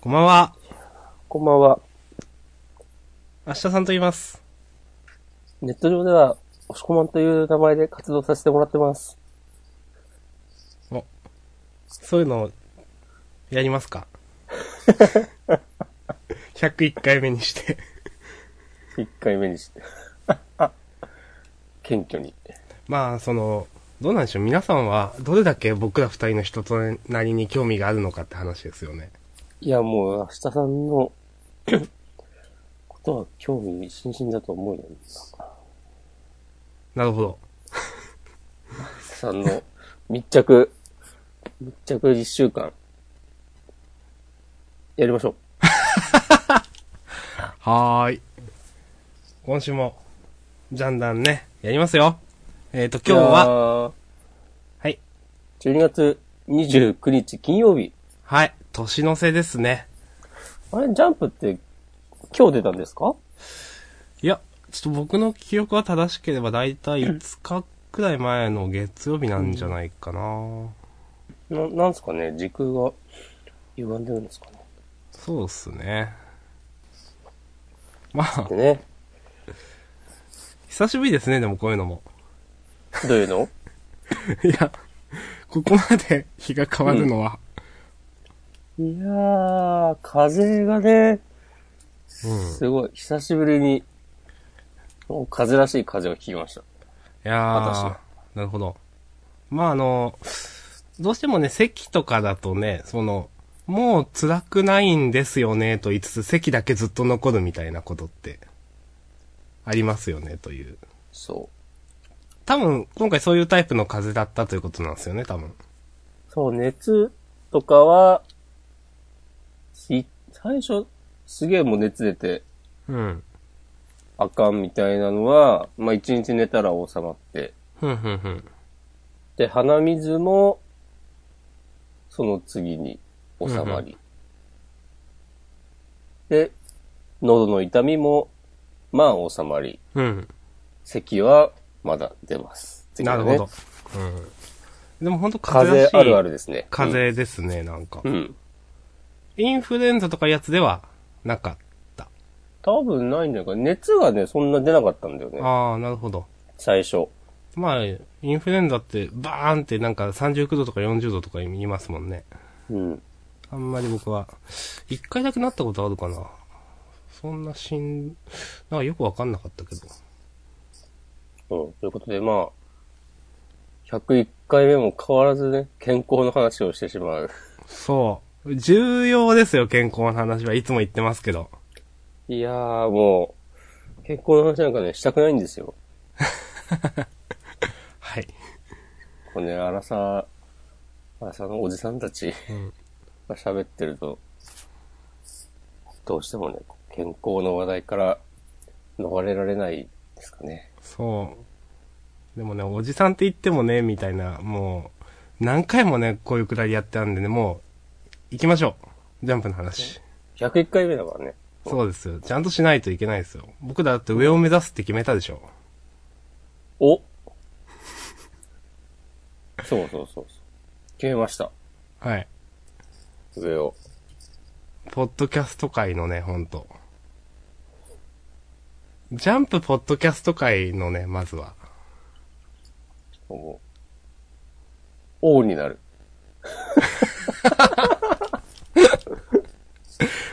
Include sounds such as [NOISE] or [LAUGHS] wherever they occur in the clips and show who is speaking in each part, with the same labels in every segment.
Speaker 1: こんばんは。
Speaker 2: こんばんは。
Speaker 1: 明日さんと言います。
Speaker 2: ネット上では、押しこまんという名前で活動させてもらってます。
Speaker 1: そういうのを、やります [LAUGHS] か ?101 回目にして。
Speaker 2: 一回目にして。 [LAUGHS] 謙虚に。
Speaker 1: まあ、その、どうなんでしょう。皆さんは、どれだけ僕ら二人の人となりに興味があるのかって話ですよね。
Speaker 2: いや、もう、明日さんの、 [COUGHS] ことは興味津々だと思うよ。
Speaker 1: なるほど。
Speaker 2: 明日さんの密着、密着一週間、やりましょう。
Speaker 1: はーい。今週も、ジャンダンね、やりますよ。えっ、と、今日は、
Speaker 2: は、
Speaker 1: はい。
Speaker 2: 12月29日金曜日。
Speaker 1: はい、年の瀬ですね。
Speaker 2: あれ、ジャンプって、今日出たんですか
Speaker 1: いや、ちょっと僕の記憶が正しければ、だいたい5日くらい前の月曜日なんじゃないかな、
Speaker 2: な、なんすかね、時空が歪んでるんですかね。
Speaker 1: そうっすね。まあ
Speaker 2: で、ね、
Speaker 1: 久しぶりですね、でもこういうのも。
Speaker 2: どういうの
Speaker 1: [LAUGHS] いや、ここまで [LAUGHS] 日が変わるのは、
Speaker 2: [LAUGHS] いやー、風がね、
Speaker 1: うん。い
Speaker 2: すごい、久しぶりに、もう風らしい風を聞きました。
Speaker 1: や
Speaker 2: 私
Speaker 1: ー
Speaker 2: は、
Speaker 1: なるほど。まああの、どうしてもね、席とかだとね、その、もう辛くないんですよね、と言いつつ、席だけずっと残るみたいなことって、ありますよね、という。
Speaker 2: そ
Speaker 1: 多分、今回そういうタイプの風だったということなんですよね、多分。
Speaker 2: う。そう、熱とかは、い最初、すげえもう熱出て、
Speaker 1: うん。
Speaker 2: あかんみたいなのは、まあ一日寝たら収まって、
Speaker 1: ふんふんふん。
Speaker 2: で、鼻水も、その次に収まり。で、喉の痛みも、まあ収まり。
Speaker 1: うん。
Speaker 2: 咳はまだ出ます。
Speaker 1: なるほど。うん。でも本当
Speaker 2: 風
Speaker 1: 風邪らしい。
Speaker 2: 邪あるあるですね。
Speaker 1: 風邪ですね、なんか。
Speaker 2: うん。うん。
Speaker 1: インフルエンザとかいうやつではなかった。
Speaker 2: 多分ないんだから、熱がね、そんな出なかったんだよね。
Speaker 1: ああ、なるほど。
Speaker 2: 最初。
Speaker 1: まあ、インフルエンザってバーンってなんか39度とか40度とか言いますもんね。
Speaker 2: うん。
Speaker 1: あんまり僕は、一回だけなったことあるかな。そんなしん、なんかよくわかんなかったけど。
Speaker 2: うん。ということで、まあ、101回目も変わらずね、健康の話をしてしまう。
Speaker 1: そう。重要ですよ、健康の話はいつも言ってますけど。
Speaker 2: いやー、もう、結婚の話なんかね、したくないんですよ。
Speaker 1: はい。
Speaker 2: これね、アラサー、アラサーのおじさんたち
Speaker 1: うん
Speaker 2: が喋ってると、どうしてもね、健康の話題から逃れられないですかね。
Speaker 1: そう。でもね、おじさんって言ってもね、みたいな、もう、何回もね、こういうくだりやってたんでね、もう、行きましょう。ジャンプの話。
Speaker 2: 101回目だからね。
Speaker 1: そうですよ。ちゃんとしないといけないですよ。僕だって上を目指すって決めたでしょ。
Speaker 2: おそうそうそうそう。決めました。
Speaker 1: はい。
Speaker 2: 上を。
Speaker 1: ポッドキャスト界のね、ほんと。ジャンプポッドキャスト界のね、まずは。
Speaker 2: もう王になる。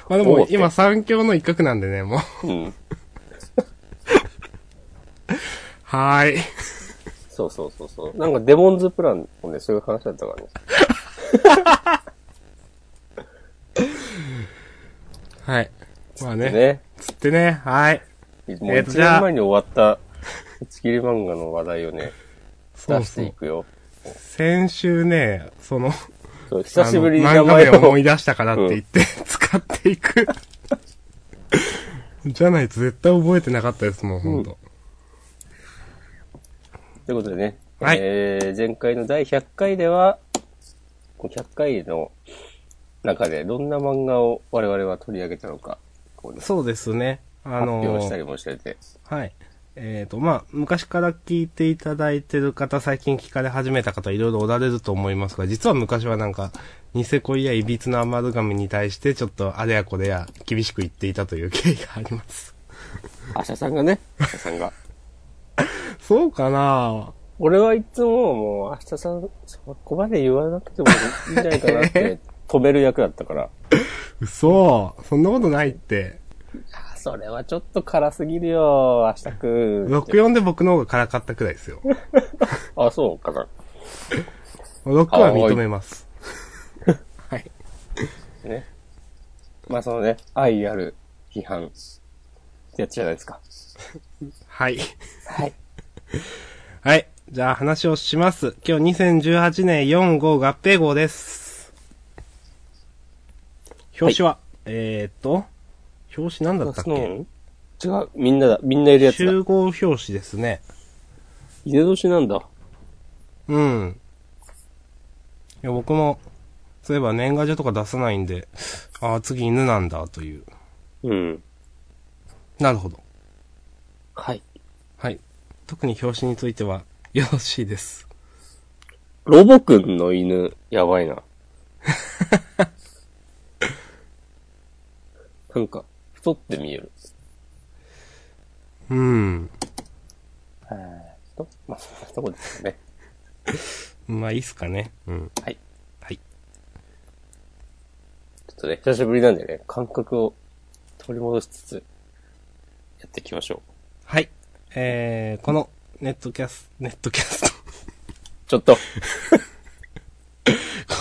Speaker 1: まあで
Speaker 2: お
Speaker 1: も
Speaker 2: う、
Speaker 1: 今三強の一角なんでね、もう。
Speaker 2: うん。
Speaker 1: [LAUGHS] はーい。
Speaker 2: そうそうそうそう。なんかデモンズプランもね、そういう話だったからね。
Speaker 1: はい。まあね。 [LAUGHS]
Speaker 2: ね。
Speaker 1: つってね、はい。
Speaker 2: もう
Speaker 1: えー
Speaker 2: 1
Speaker 1: とじゃあ
Speaker 2: 年前に終わった、打ち切り漫画の話題をね、
Speaker 1: そ
Speaker 2: 出
Speaker 1: う
Speaker 2: して
Speaker 1: そ。
Speaker 2: いうくよ。
Speaker 1: 先週ね、その、
Speaker 2: そう久しぶりに
Speaker 1: あの
Speaker 2: 名
Speaker 1: 漫画
Speaker 2: 前
Speaker 1: 名を思
Speaker 2: を
Speaker 1: い出したからって言 [LAUGHS] って、使っていく。じゃないと絶対覚えてなかったですもん、ほんと。
Speaker 2: ということでね、
Speaker 1: はい
Speaker 2: えー、前回の第100回では、こう100回の中でどんな漫画を我々は取り上げたのか、こうね
Speaker 1: そうですね。あ
Speaker 2: 発表
Speaker 1: の
Speaker 2: した、りもしてて、
Speaker 1: はい。えっ、と、まあ、昔から聞いていただいてる方、最近聞かれ始めた方、いろいろおられると思いますが、実は昔はなんか、ニセコイやいびつなアマルガムに対してちょっとあれやこれや厳しく言っていたという経緯があります。
Speaker 2: アシャさんがね、アシャさんが。
Speaker 1: そうかな
Speaker 2: 俺はいつももう、明日さん、そこまで言わなくてもいいんじゃないかなって、止める役だったから。
Speaker 1: 嘘そんなことないって。
Speaker 2: [LAUGHS] あそれはちょっと辛すぎるよ、明日くん。
Speaker 1: 64で僕の方がからかったくらいですよ。
Speaker 2: あ、そうかな。
Speaker 1: 6は認めます。はい。
Speaker 2: ね。まあそのね、愛ある批判ってやつじゃないですか。
Speaker 1: はい。
Speaker 2: はい。
Speaker 1: はい。じゃあ話をします。今日2018年4号合併号です。表紙は、えーっと、表紙なんだったっ
Speaker 2: スノー
Speaker 1: け
Speaker 2: ン違う、みんなだ、みんないるやつだ。
Speaker 1: 集合表紙ですね。
Speaker 2: いで年なんだ。
Speaker 1: うん。いや、僕も、そういえば年賀状とか出さないんで、ああ、次犬なんだ、という。
Speaker 2: うん。
Speaker 1: なるほど。
Speaker 2: はい。
Speaker 1: はい。特に表紙については、よろしいです。
Speaker 2: ロボくんの犬、やば [LAUGHS] いな。なんか、太って見える。
Speaker 1: うん。
Speaker 2: えーと、まあ、そんなとこですかね。
Speaker 1: まあ、いいっすかね。うん。
Speaker 2: はい。
Speaker 1: はい。
Speaker 2: ちょっとね、久しぶりなんでね、感覚を取り戻しつつ、やっていきましょう。
Speaker 1: はい。えー、この、ネットキャス、ネット [LAUGHS] キャス
Speaker 2: ちょっと、
Speaker 1: ト。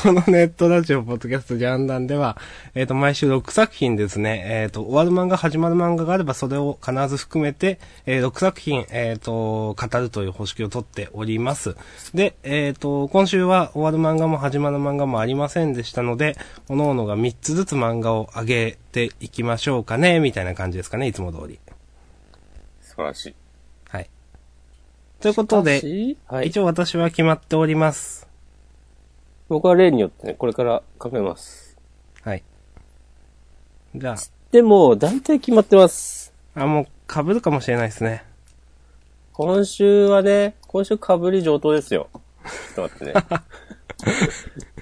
Speaker 1: このネットラジオ、ポッドキャスト、ジャンダンでは、えっ、と、毎週6作品ですね。えっ、と、終わる漫画、始まる漫画があれば、それを必ず含めて、えー6作品、えっ、と、語るという方式をとっております。で、えっ、と、今週は終わる漫画も始まる漫画もありませんでしたので、各々が3つずつ漫画を上げていきましょうかね、みたいな感じですかね、いつも通り。
Speaker 2: 素晴らしい。
Speaker 1: はい。ということで、
Speaker 2: はい
Speaker 1: 一。応私は決まっております。
Speaker 2: 僕は例によってね、これから考えます。
Speaker 1: はい。じゃ
Speaker 2: でも、大体決まってます。
Speaker 1: あ、あ、もう被るかもしれないですね。
Speaker 2: 今週はね、今週被り上等ですよ。ちょっと待 [LAUGHS] ってね。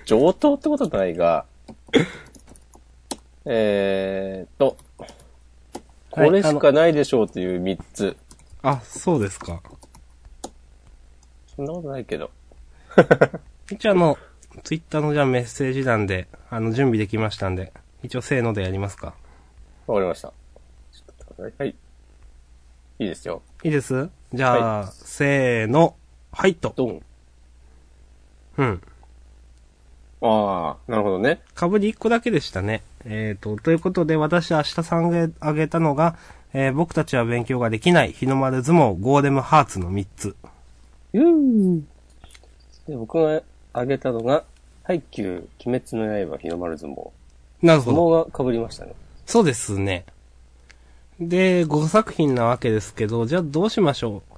Speaker 2: 上等ってことはないが、えーっと、こ
Speaker 1: はい
Speaker 2: れしかないでしょうという3つ。
Speaker 1: あ、そうですか。
Speaker 2: そんなことないけど。
Speaker 1: 一応あの、ツイッターのじゃあメッセージ欄で、あの、準備できましたんで、一応せーのでやりますか。
Speaker 2: わかりました。ちょっと待ってください。はい。いいですよ。
Speaker 1: いいですじゃあ、せーの、はいと。
Speaker 2: ドン。
Speaker 1: うん。
Speaker 2: ああ、なるほどね。
Speaker 1: 被り1個だけでしたね。えーと、ということで、私明日さんが挙げたのが、えー僕たちは勉強ができない、日の丸相撲、ゴーレムハーツの3つ。
Speaker 2: うん。で、僕が挙げたのが、ハイキュー、鬼滅の刃、日の丸相撲。
Speaker 1: なるほ
Speaker 2: 相
Speaker 1: ど。
Speaker 2: 撲が被りましたね。
Speaker 1: そうですね。で、5作品なわけですけど、じゃあどうしましょう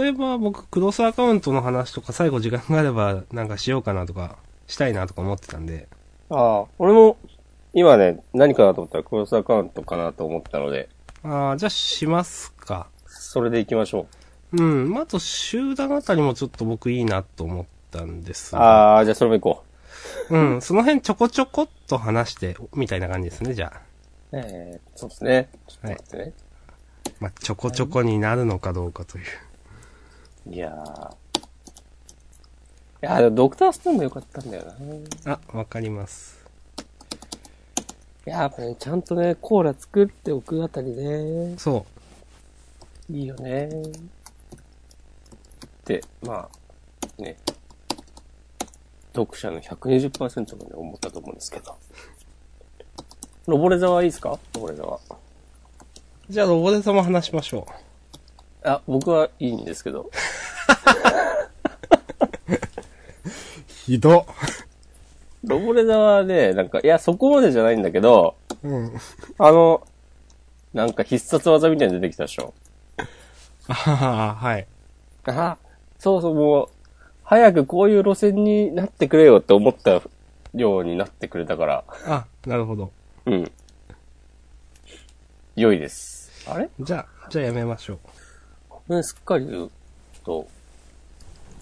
Speaker 1: 例えば僕、クロスアカウントの話とか最後時間があればなんかしようかなとか、したいなとか思ってたんで。
Speaker 2: ああ、俺も、今ね、何かなと思ったらクロスアカウントかなと思ったので、
Speaker 1: あーじゃあしますか。
Speaker 2: それで行きましょ
Speaker 1: うん。まあ、あと集団あたりもちょっと僕いいなと思ったんです
Speaker 2: う。
Speaker 1: が。
Speaker 2: ああ、じゃあそれも行こ
Speaker 1: うん。その辺ちょこちょこっと話して、みたいな感じですね、じゃあ。
Speaker 2: う。えー、そうですね。ちょっと待ってね。
Speaker 1: まあ、ちょこちょこになるのかどうかという。
Speaker 2: い、やー。いやー、でもドクターストーンも良かったんだよな。
Speaker 1: あ、わかります。
Speaker 2: いや、やっぱね、ちゃんとね、コーラ作っておくあたりね、
Speaker 1: そう。
Speaker 2: いいよね。って、まあ、ね、読者の120%がね、思ったと思うんですけど。ロボレザはいいですかロボレザは。
Speaker 1: じゃあ、ロボデさんも話しましょ
Speaker 2: あ、僕はいいんですけど。
Speaker 1: う。ひど。
Speaker 2: ロボレザはね、なんか、いや、そこまでじゃないんだけど、
Speaker 1: うん。
Speaker 2: あの、なんか必殺技みたいに出てきたでしょ。
Speaker 1: あはは、はい。
Speaker 2: あ、そうそう、もう、早くこういう路線になってくれよって思ったようになってくれたから、
Speaker 1: あ、なるほど。
Speaker 2: うん。良いです。あれ
Speaker 1: じゃあ、じゃあやめましょう。
Speaker 2: ね、すっかりと、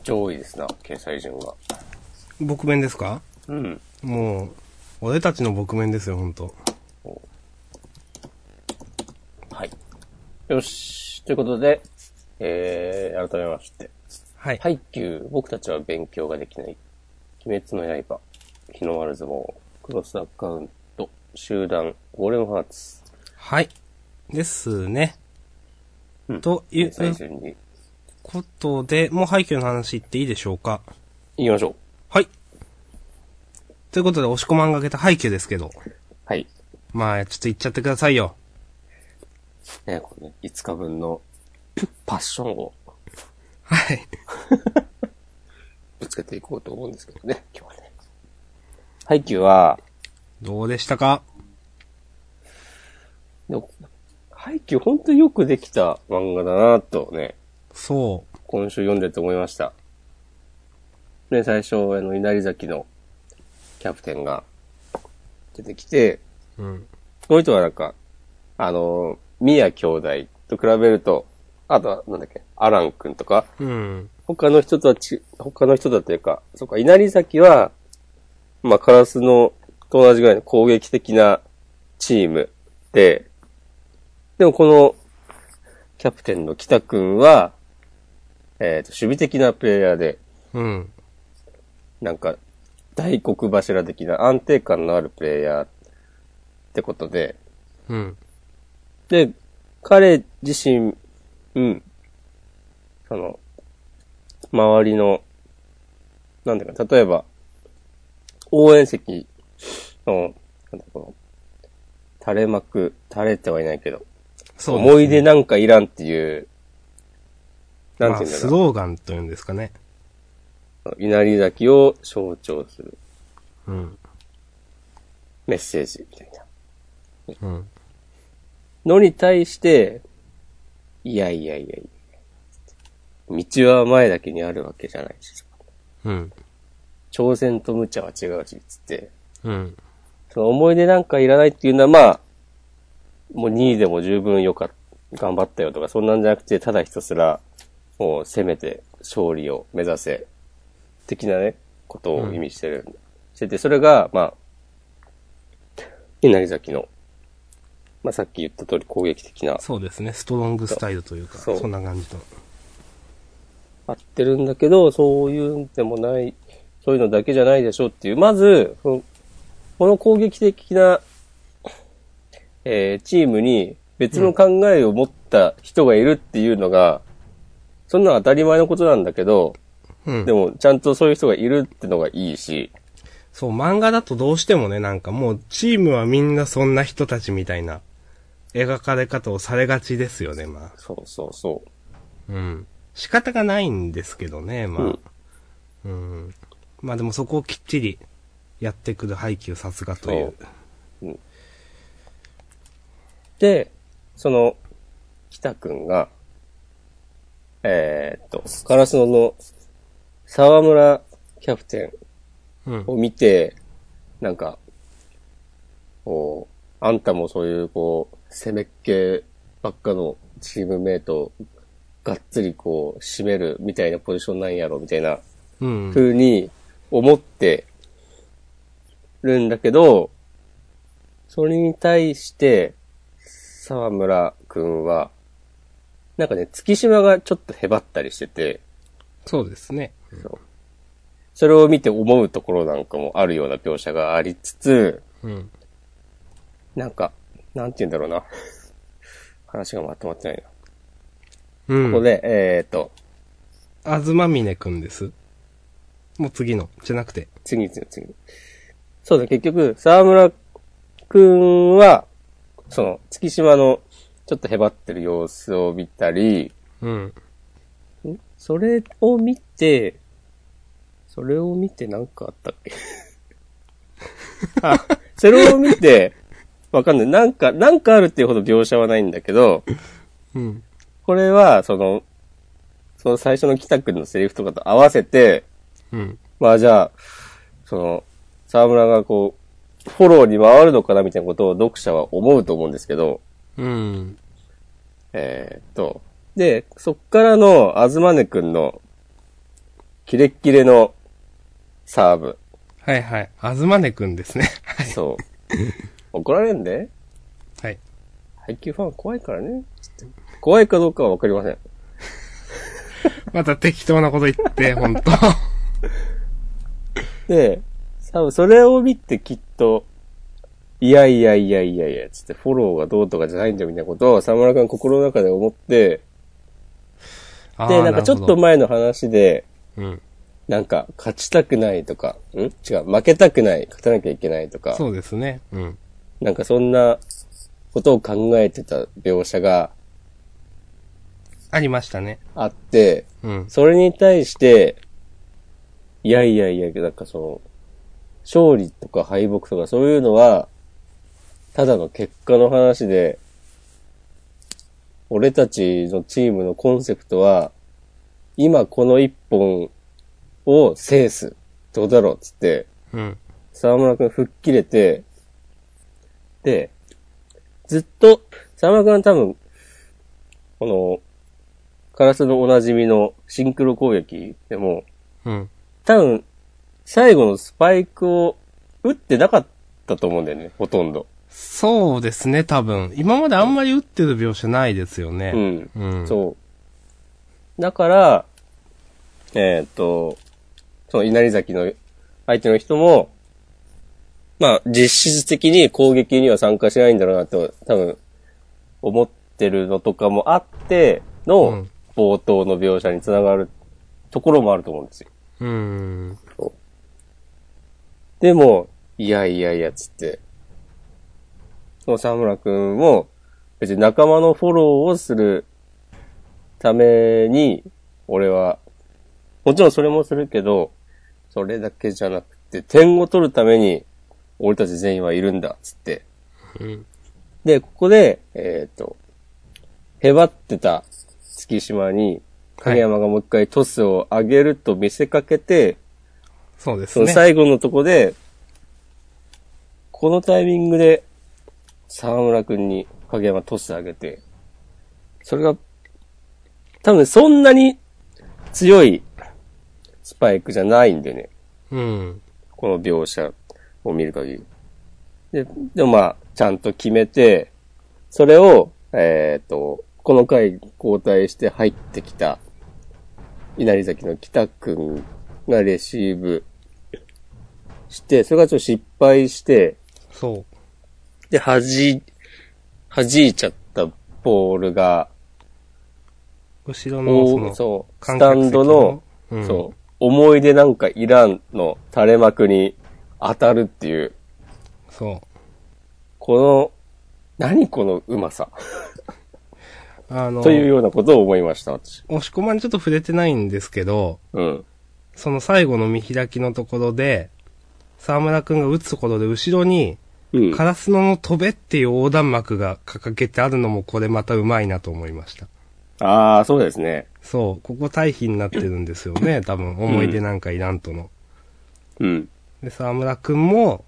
Speaker 2: 上位ですな、掲載順が。
Speaker 1: 僕面ですか
Speaker 2: うん。
Speaker 1: もう、俺たちの僕面ですよ、ほんと。
Speaker 2: はい。よし。ということで、えー、改めまして。
Speaker 1: はい。
Speaker 2: ハイキュー、僕たちは勉強ができない。鬼滅の刃、日の丸相撲、クロスアカウント、集団、ゴーレムハーツ、
Speaker 1: はい。ですね。
Speaker 2: うん
Speaker 1: という
Speaker 2: 最初に、
Speaker 1: ことで、もう背景の話言っていいでしょうか
Speaker 2: 行きましょう。
Speaker 1: はい。ということで、押し込まんがけた背景ですけど。
Speaker 2: はい。
Speaker 1: まあ、ちょっと言っちゃってくださいよ。
Speaker 2: えーこれね、5日分の [COUGHS] パッションを
Speaker 1: はい。
Speaker 2: ぶつけていこうと思うんですけどね、今日はね。ハイキューは、
Speaker 1: どうでしたか
Speaker 2: でもハイキュー本当によくできた漫画だなとね、
Speaker 1: そ
Speaker 2: 今週読んでて思いました。ね、最初、あの、稲荷崎のキャプテンが出てきて、
Speaker 1: う。うん。
Speaker 2: この人はなんか、あの、宮兄弟と比べると、あとは、なんだっけ、アラン君とか、
Speaker 1: うん。
Speaker 2: 他の人とはち、他の人だというか、そっか、稲荷崎は、まあ、カラスの、と同じぐらいの攻撃的なチームで、でもこの、キャプテンの北君は、えっ、と、守備的なプレイヤーで、
Speaker 1: うん。
Speaker 2: なんか、大黒柱的な安定感のあるプレイヤーってことで、
Speaker 1: うん。
Speaker 2: で、彼自身、うん、その、周りの、なんていうか、例えば、応援席の、なんていうかこう、垂れ幕、垂れてはいないけど、
Speaker 1: そうですね、
Speaker 2: 思い出なんかいらんっていう、なんていうん
Speaker 1: まあス
Speaker 2: だろう
Speaker 1: ローガンというんですかね。
Speaker 2: その、稲荷崎を象徴する
Speaker 1: うん。
Speaker 2: メッセージみたいな。
Speaker 1: うん。
Speaker 2: のに対して、いやいやいやいや、道は前だけにあるわけじゃないし、
Speaker 1: うん。
Speaker 2: 挑戦と無茶は違うし、つって。
Speaker 1: うん。
Speaker 2: その思い出なんかいらないっていうのは、まあ、もう2位でも十分よかった、頑張ったよとか、そんなんじゃなくて、ただひたすら、もう攻めて勝利を目指せ、的なね、ことを意味してる。してて、それが、まあ、稲荷崎の、まあさっき言った通り攻撃的な、
Speaker 1: そうですね。ストロングスタイルというか、
Speaker 2: そう
Speaker 1: そんな感じと。
Speaker 2: 合ってるんだけど、そういうんでもない、そういうのだけじゃないでしょっていう。まず、そのこの攻撃的な、えーチームに別の考えを持った人がいるっていうのが、そんなの当たり前のことなんだけど、
Speaker 1: うん。
Speaker 2: でもちゃんとそういう人がいるってのがいいし、
Speaker 1: そう、漫画だとどうしてもね、なんかもう、チームはみんなそんな人たちみたいな、描かれ方をされがちですよね、まあ。
Speaker 2: そうそうそう。
Speaker 1: うん。仕方がないんですけどね、まあ。うん。まあでもそこをきっちりやってくる配給さすがという。
Speaker 2: で、その、北くんが、えーっと、カラスノの沢村キャプテン
Speaker 1: うん。
Speaker 2: を見て、なんか、こう、あんたもそういう、こう、攻めっ気ばっかのチームメイトをがっつりこう、締めるみたいなポジションなんやろ、みたいな
Speaker 1: うん。
Speaker 2: 風に思ってるんだけど、それに対して、沢村くんは、なんかね、月島がちょっとへばったりしてて、
Speaker 1: そうですね。
Speaker 2: そう。それを見て思うところなんかもあるような描写がありつつ、
Speaker 1: うん。
Speaker 2: なんか、なんて言うんだろうな。 [LAUGHS] 話がまとまってないな。
Speaker 1: うん。
Speaker 2: ここで、えっ、ー、と、
Speaker 1: あずまみねくんです。もう次の、じゃなくて。
Speaker 2: 次次次。そうだ、結局、沢村くんは、その、月島のちょっとへばってる様子を見たり、
Speaker 1: うん。
Speaker 2: んそれを見て、それを見てなんかあったっけ [LAUGHS] あ、それを見て、わかんない。なんか、なんかあるっていうほど描写はないんだけど、
Speaker 1: うん。
Speaker 2: これは、その、その最初の北くんのセリフとかと合わせて、
Speaker 1: うん。
Speaker 2: まあじゃあ、その、沢村がこう、フォローに回るのかなみたいなことを読者は思うと思うんですけど、
Speaker 1: うん。
Speaker 2: えーっと、で、そっからの、あずまねくんの、キレッキレの、サーブ。
Speaker 1: はいはい。あずまねくんですね。はい。
Speaker 2: そう。怒られんで
Speaker 1: [LAUGHS] はい。
Speaker 2: 配球ファン怖いからね。ちょっと怖いかどうかはわかりません。
Speaker 1: また適当なこと言って、ほん [LAUGHS] と。
Speaker 2: で、多分それを見てきっと、いやいやいやいやいや、つってフォローがどうとかじゃないんだよみたいなことを、沢村君心の中で思って、
Speaker 1: あ
Speaker 2: で、
Speaker 1: ー
Speaker 2: なんかちょっ、
Speaker 1: る
Speaker 2: と
Speaker 1: ほ
Speaker 2: 前の話で、
Speaker 1: どうん。
Speaker 2: なんか勝ちたくないとか、ん違う、負けたくない、勝たなきゃいけないとか、
Speaker 1: そうですね。うん。
Speaker 2: なんかそんなことを考えてた描写が
Speaker 1: ありましたね。
Speaker 2: あって、
Speaker 1: うん。
Speaker 2: それに対して、いやいやいや、なんかその、勝利とか敗北とかそういうのは、ただの結果の話で、俺たちのチームのコンセプトは、今この一本を制す。どうだろうっつって、
Speaker 1: うん。
Speaker 2: 沢村くん吹っ切れて、で、ずっと、沢村くん多分、この、カラスのおなじみのシンクロ攻撃でも、
Speaker 1: うん。
Speaker 2: 多分、最後のスパイクを打ってなかったと思うんだよね、ほとんど。
Speaker 1: そうですね、多分。今まであんまり打ってる描写ないですよ
Speaker 2: う
Speaker 1: ね。
Speaker 2: ん。
Speaker 1: うん。う。
Speaker 2: そう。だから、えーっと、その稲荷崎の相手の人も、まあ、実質的に攻撃には参加しないんだろうなと、多分、思ってるのとかもあって
Speaker 1: う
Speaker 2: の
Speaker 1: ん、
Speaker 2: 冒頭の描写につながるところもあると思うんですよ。
Speaker 1: うん。
Speaker 2: でも、いやいやいや、つって。その沢村くんも、別に仲間のフォローをするために、俺は、もちろんそれもするけど、それだけじゃなくて、点を取るために、俺たち全員はいるんだ、つって。
Speaker 1: うん。
Speaker 2: で、ここで、えっ、と、へばってた月島に、影山がもう一回トスを上げると見せかけて、
Speaker 1: そうです
Speaker 2: その
Speaker 1: ね。
Speaker 2: 最後のとこで、このタイミングで、沢村くんに影山トス上げて、それが、多分そんなに強いスパイクじゃないんでね。
Speaker 1: うん。
Speaker 2: この描写を見る限り。で、でもまあ、ちゃんと決めて、それを、えっ、と、この回交代して入ってきた、稲荷崎の北くんがレシーブして、それがちょっと失敗して、
Speaker 1: そ
Speaker 2: で、弾い、弾いちゃったボールが、
Speaker 1: う。後ろの、そ
Speaker 2: お
Speaker 1: の、
Speaker 2: そう、ス
Speaker 1: 観
Speaker 2: タ
Speaker 1: 客席
Speaker 2: ンドの、、
Speaker 1: うん
Speaker 2: そう、思い出なんかいらんの垂れ幕に当たるっていう、
Speaker 1: そう。
Speaker 2: この、何このうまさ。
Speaker 1: あの、
Speaker 2: というようなことを思いました、私。
Speaker 1: 押し込まにちょっと触れてないんですけど、
Speaker 2: うん。
Speaker 1: その最後の見開きのところで、沢村くんが打つところで後ろに、
Speaker 2: うん
Speaker 1: カラスノの飛べっていう横断幕が掲げてあるのもこれまたうまいなと思いました。
Speaker 2: ああ、そうですね。
Speaker 1: そう、ここ対比になってるんですよね、多分。思い出なんかいらんとの。
Speaker 2: うん。
Speaker 1: で、沢村くんも、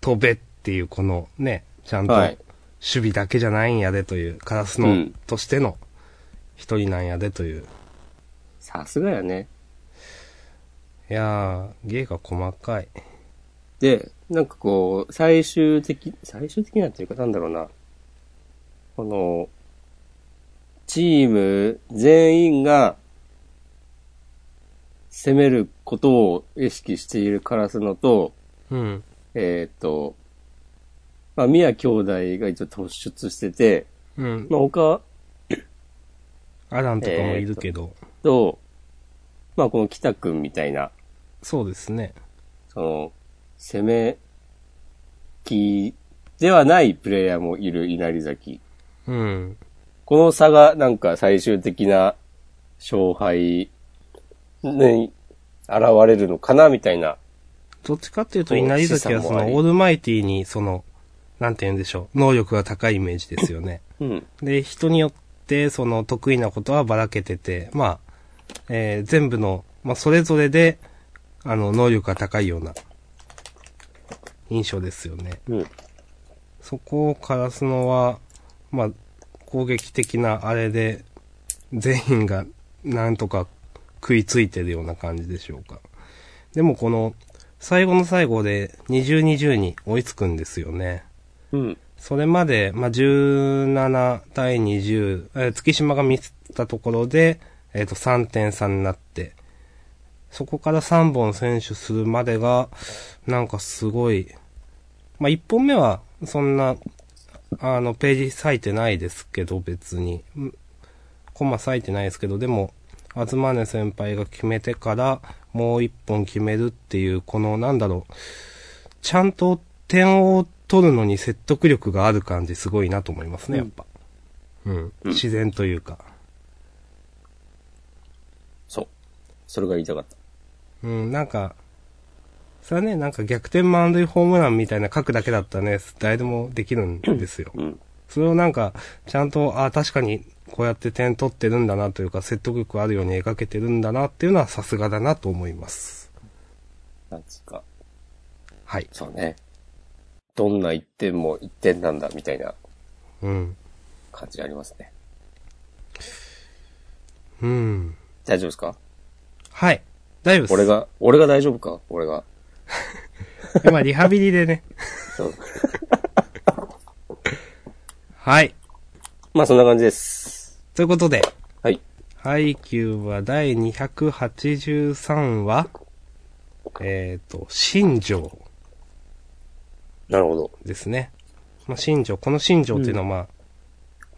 Speaker 1: 飛べっていうこのね、ちゃんと、
Speaker 2: はい
Speaker 1: 守備だけじゃないんやでという、カラス
Speaker 2: う
Speaker 1: ノ
Speaker 2: ん
Speaker 1: としての一人なんやでという。
Speaker 2: さすがやね。
Speaker 1: いやー、芸が細かい。
Speaker 2: で、なんかこう、最終的、最終的なっていうか、なんだろうな。この、チーム全員が、攻めることを意識しているカラスのと、
Speaker 1: うん。
Speaker 2: えっ、と、まあ、宮兄弟が一応突出してて、
Speaker 1: うん。
Speaker 2: まあ、他、
Speaker 1: アランとかもいるけど、
Speaker 2: と、まあこの北くんみたいな、
Speaker 1: そうですね。
Speaker 2: その、攻め気ではないプレイヤーもいる稲荷崎。
Speaker 1: うん。
Speaker 2: この差がなんか最終的な勝敗に現れるのかなみたいな。
Speaker 1: どっちかっていうと、
Speaker 2: そう
Speaker 1: 稲荷崎は
Speaker 2: 資
Speaker 1: そ
Speaker 2: 産もあり
Speaker 1: の、オールマイティーに、その、なんて言うんでしょう、能力が高いイメージですよね。
Speaker 2: うん。
Speaker 1: で、人によって、その、得意なことはばらけてて、まあ、えー全部の、まあ、それぞれで、あの、能力が高いような、印象ですよね。
Speaker 2: うん。
Speaker 1: そこをカラスノは、まあ、攻撃的なあれで、全員がなんとか食いついてるような感じでしょうか。でもこの、最後の最後で2020に追いつくんですよね。
Speaker 2: うん。
Speaker 1: それまで、まあ、17対20、えー月島が見せたところで、えっ、と、3.3になって、そこから3本選手するまでが、なんかすごい、まあ、1本目は、そんな、あの、ページ割いてないですけど、別に。うんコマ割いてないですけど、でも、あずまね先輩が決めてから、もう1本決めるっていう、この、なんだろう、ちゃんと点を取るのに説得力がある感じすごいなと思いますね、やっぱ。うん。自然というか。
Speaker 2: そう。それが言いたかった。
Speaker 1: うん、なんか、それはね、なんか逆転満塁ホームランみたいな書くだけだったらね、誰でもできるんですよ。
Speaker 2: うん。
Speaker 1: それをなんか、ちゃんと、あ確かにこうやって点取ってるんだなというか、説得力あるように描けてるんだなっていうのはさすがだなと思います。
Speaker 2: なんつうか、
Speaker 1: はい。
Speaker 2: そうね。どんな一点も一点なんだ、みたいな
Speaker 1: うん。
Speaker 2: 感じがありますね。
Speaker 1: うん。
Speaker 2: 大丈夫ですか
Speaker 1: はい。大丈夫です。
Speaker 2: 俺。が、俺が大丈夫か俺が。
Speaker 1: 今、リハビリで
Speaker 2: [LAUGHS]
Speaker 1: ね。
Speaker 2: そう。
Speaker 1: はい。
Speaker 2: まあそんな感じです。
Speaker 1: ということで、
Speaker 2: はい。
Speaker 1: ハイキューは第283話、えっ、と、新庄
Speaker 2: なるほど。
Speaker 1: ですね。まあ、新庄、この新庄っていうのは、まあ、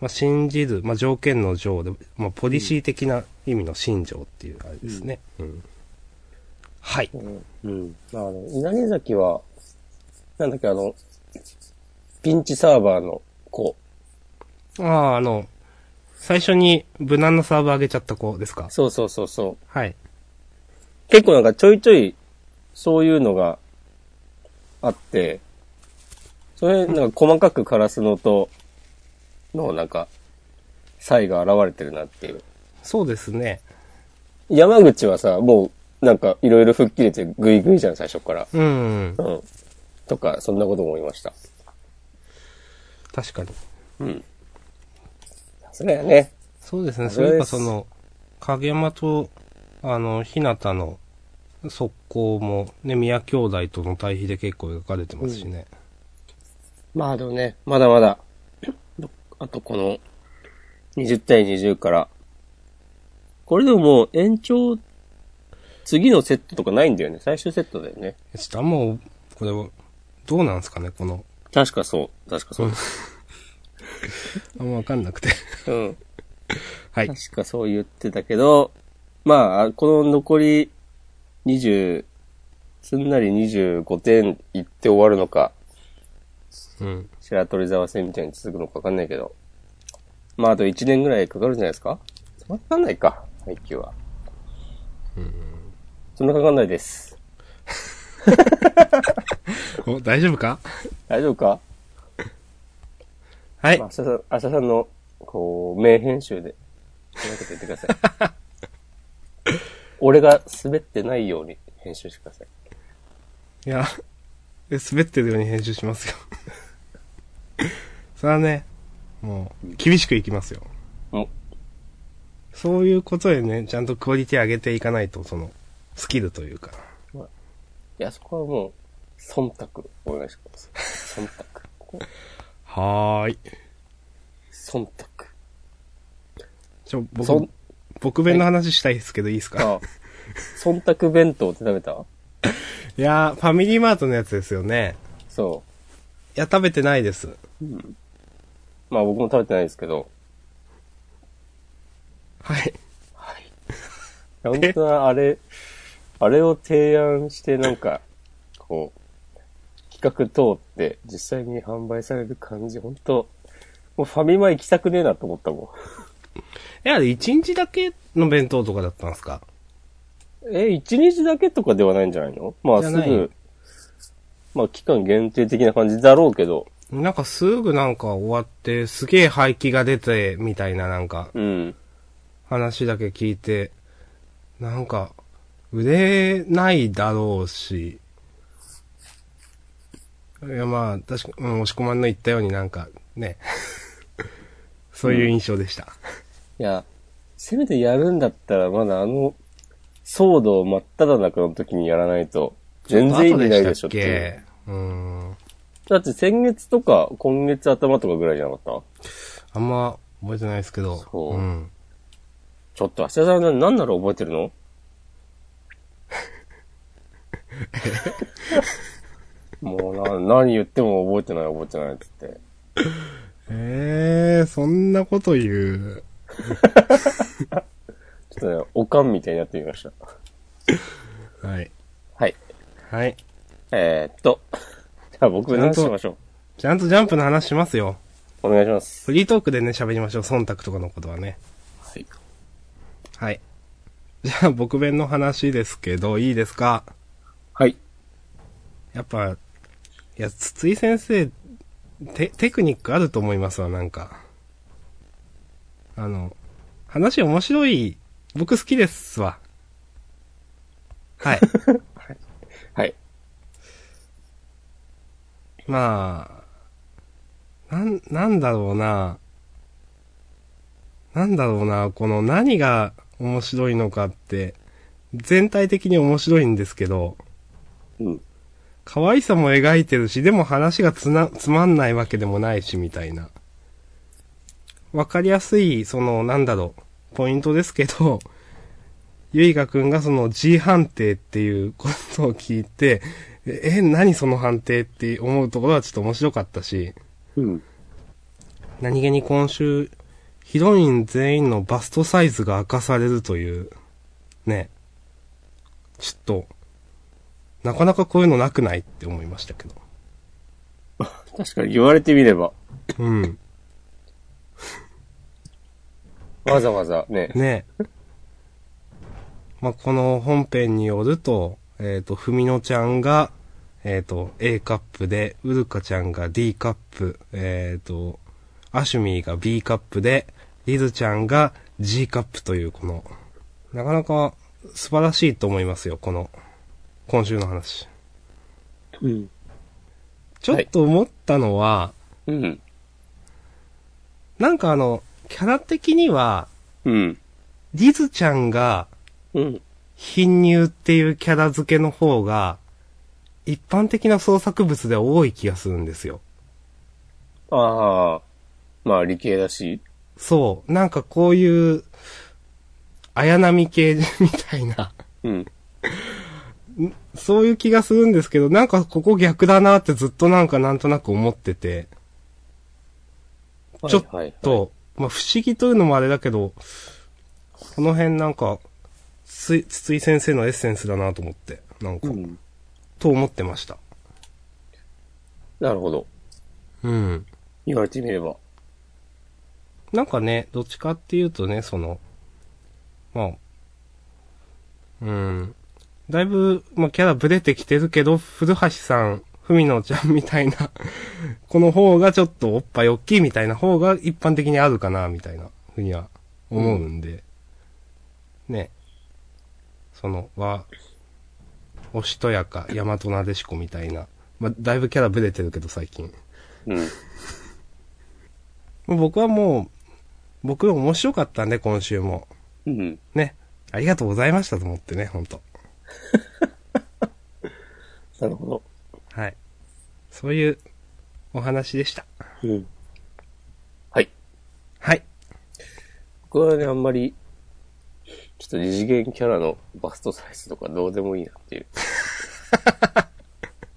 Speaker 1: まあ、信じる、まあ、条件の条で、まあ、ポリシー的な意味の新庄っていうあれですね。うんはい。
Speaker 2: うん。あの、稲毛崎は、なんだっけ、あの、ピンチサーバーの子。
Speaker 1: ああ、あの、最初に無難なサーブ上げちゃった子ですか
Speaker 2: そうそうそうそう。
Speaker 1: はい。
Speaker 2: 結構なんかちょいちょい、そういうのがあって、それなんか細かくカラスのと、のなんか、差異が現れてるなっていう。
Speaker 1: そうですね。
Speaker 2: 山口はさ、もうなんかいろいろ吹っ切れてグイグイじゃん、最初から。
Speaker 1: うん
Speaker 2: う。ん。とか、そんなこと思いました。
Speaker 1: 確かに。
Speaker 2: うん。それはね、
Speaker 1: そうですね。
Speaker 2: そ
Speaker 1: そう
Speaker 2: れ
Speaker 1: いえば
Speaker 2: です
Speaker 1: その、影山と、あの、日向の速攻も、ね、宮兄弟との対比で結構描かれてますしね。
Speaker 2: まあでもね、まだまだ、 [CLEARS THROAT] あとこの、20対20から、これでももう延長、次のセットとかないんだよね。最終セットだよね。
Speaker 1: ちょっとあんまお、これは、どうなんですかね、この、
Speaker 2: 確かそう。確かそうです。
Speaker 1: あんまわかんなく [LAUGHS] て。
Speaker 2: うん。
Speaker 1: はい。
Speaker 2: 確かそう言ってたけど、まあ、この残り20、すんなり25点いって終わるのか、
Speaker 1: うん。
Speaker 2: 白鳥沢戦みたいに続くのかわかんないけど。まあ、あと1年ぐらいかかるんじゃないですかそんなかかんないか、配球は。そんなかかんないです。
Speaker 1: お、大丈夫か
Speaker 2: 大丈夫か
Speaker 1: はい
Speaker 2: まあ、。明日さん、明日さんの、こう、名編集で、そんなこと言ってください。 [LAUGHS] 俺が滑ってないように編集してください。
Speaker 1: いや、え滑ってるように編集しますよ。 [LAUGHS] それはね、もう、厳しくいきますよ。
Speaker 2: お
Speaker 1: そういうことでね、ちゃんとクオリティ上げていかないと、その、スキルというか。
Speaker 2: いや、そこはもう、忖度、お願いします。忖度。
Speaker 1: はーい。
Speaker 2: 忖度。
Speaker 1: ちょ、
Speaker 2: そ
Speaker 1: 僕
Speaker 2: ん、
Speaker 1: 僕弁の話したいですけど、いいですか
Speaker 2: [LAUGHS] ああ、忖度弁当って食べた
Speaker 1: いやー、ファミリーマートのやつですよね。
Speaker 2: そう。
Speaker 1: いや、食べてないです。
Speaker 2: まあ僕も食べてないですけど。
Speaker 1: はい。
Speaker 2: いや本当はあれ、あれを提案してなんか、こう、企画通って実際に販売される感じ、本当もうファミマ行きたくねえなと思ったも
Speaker 1: いや、一日だけの弁当とかだったんですか
Speaker 2: ん。え、一日だけとかではないんじゃないのまあ
Speaker 1: じゃ
Speaker 2: す
Speaker 1: ない
Speaker 2: ぐ、まあ期間限定的な感じだろうけど、
Speaker 1: なんかすぐなんか終わって、すげえ廃棄が出て、みたいななんか、
Speaker 2: うん。
Speaker 1: 話だけ聞いて、なんか、売れないだろうし、いやまあ、確か、うん、押し込まんの言ったようになんか、ね、 [LAUGHS] そういう印象でした。
Speaker 2: いや、せめてやるんだったらまだあの、騒動真っ只中の時にやらないと、全然意味ないでし
Speaker 1: ちょ
Speaker 2: ょっ
Speaker 1: っと後
Speaker 2: て
Speaker 1: で
Speaker 2: い
Speaker 1: したっけ
Speaker 2: う。
Speaker 1: うん。
Speaker 2: だって先月とか今月頭とかぐらいじゃなかっ
Speaker 1: あ
Speaker 2: た
Speaker 1: んま覚えてないですけど。
Speaker 2: そう
Speaker 1: うん。
Speaker 2: ちょっと、芦田さんな何なら覚えてる [LAUGHS] のもうな、何言っても覚えてない覚えてないっつって。
Speaker 1: ええー、そんなこと言う。
Speaker 2: ちょっとね、おかんみたいになってみました。
Speaker 1: はい。
Speaker 2: はい。
Speaker 1: はい。
Speaker 2: えー、っと。 [LAUGHS] じゃあ僕何しましょ
Speaker 1: ちゃんとジャンプの話しますよ。
Speaker 2: うお願いします。
Speaker 1: フリートークでね、喋りましょう。忖度とかのことはね。
Speaker 2: はい。
Speaker 1: はい。じゃあ、僕弁の話ですけど、いいですか
Speaker 2: はい。
Speaker 1: やっぱ、いや、筒井先生、テ、テクニックあると思いますわ、なんか。あの、話面白い、僕好きですわ。はい。
Speaker 2: [LAUGHS] はい。
Speaker 1: まあ、なん、なんだろうな。なんだろうな、この何が面白いのかって、全体的に面白いんですけど、
Speaker 2: うん。
Speaker 1: 可愛さも描いてるし、でも話がつな、つまんないわけでもないし、みたいな。わかりやすい、その、なんだろう、ポイントですけど、 [LAUGHS] ゆいがくんがその G 判定っていうことを聞いて、え、え何その判定って思うところはちょっと面白かったし、
Speaker 2: うん。
Speaker 1: 何気に今週、ヒロイン全員のバストサイズが明かされるという、ね。ちょっと、なかなかこういうのなくないって思いましたけど。
Speaker 2: 確かに言われてみれば、
Speaker 1: うん。
Speaker 2: わざわざね。
Speaker 1: ね。まあ、この本編によると、えっ、と、ふみのちゃんが、えっ、と、A カップで、うるかちゃんが D カップ、えっ、と、アシュミーが B カップで、リズちゃんが G カップという、この、なかなか素晴らしいと思いますよ、この、今週の話。
Speaker 2: うん。
Speaker 1: ちょっと思ったのは、
Speaker 2: うん。
Speaker 1: なんかあの、キャラ的には、
Speaker 2: うん。
Speaker 1: リズちゃんが、
Speaker 2: うん。
Speaker 1: 貧乳っていうキャラ付けの方が、一般的な創作物では多い気がするんですよ。
Speaker 2: ああ。まあ理系だし。
Speaker 1: そう。なんかこういう、綾波系みたいな、
Speaker 2: うん。
Speaker 1: そういう気がするんですけど、なんかここ逆だなってずっとなんかなんとなく思ってて、ちょっ
Speaker 2: はいはいはい
Speaker 1: と、まあ不思議というのもあれだけど、この辺なんか、つい筒井先生のエッセンスだなと思って、なんか、
Speaker 2: うん。
Speaker 1: と思ってました。
Speaker 2: なるほど。
Speaker 1: うん。
Speaker 2: 言われてみれば。
Speaker 1: なんかね、どっちかっていうとね、その、まあ、うん。だいぶ、まあ、キャラブレてきてるけど、古橋さん、文野ちゃんみたいな、 [LAUGHS] この方がちょっとおっぱい大きいみたいな方が一般的にあるかな、みたいなふうには思うんで、ね。その、は、おしとやか、大和なでしこみたいな。まあ、だいぶキャラブレてるけど、最近。
Speaker 2: うん。
Speaker 1: もう僕はもう、僕面白かったんで、今週も。
Speaker 2: うん。
Speaker 1: ね。ありがとうございましたと思ってね、ほんと。
Speaker 2: なるほ
Speaker 1: はい。そういうお話でした。
Speaker 2: ど。うん。はい。
Speaker 1: はい。
Speaker 2: 僕はね、あんまり、ちょっと二次元キャラのバストサイズとかどうでもいいなって [LAUGHS] いう。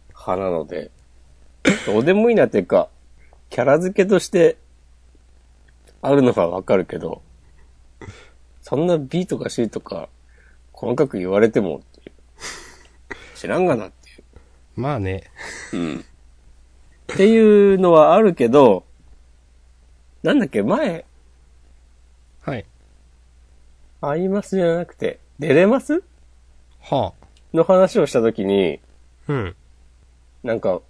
Speaker 2: 派なので、どうでもいいなっていうか、キャラ付けとして、あるのはわかるけど、そんな B とか C とか、細かく言われてもっていう。知らんがなっていう。
Speaker 1: まあね。
Speaker 2: うんっていうのはあるけど、なんだっけ、前、
Speaker 1: はい。
Speaker 2: アイマスじゃなくて、デレマス
Speaker 1: はあ。
Speaker 2: の話をしたときに、
Speaker 1: うん。
Speaker 2: なんか、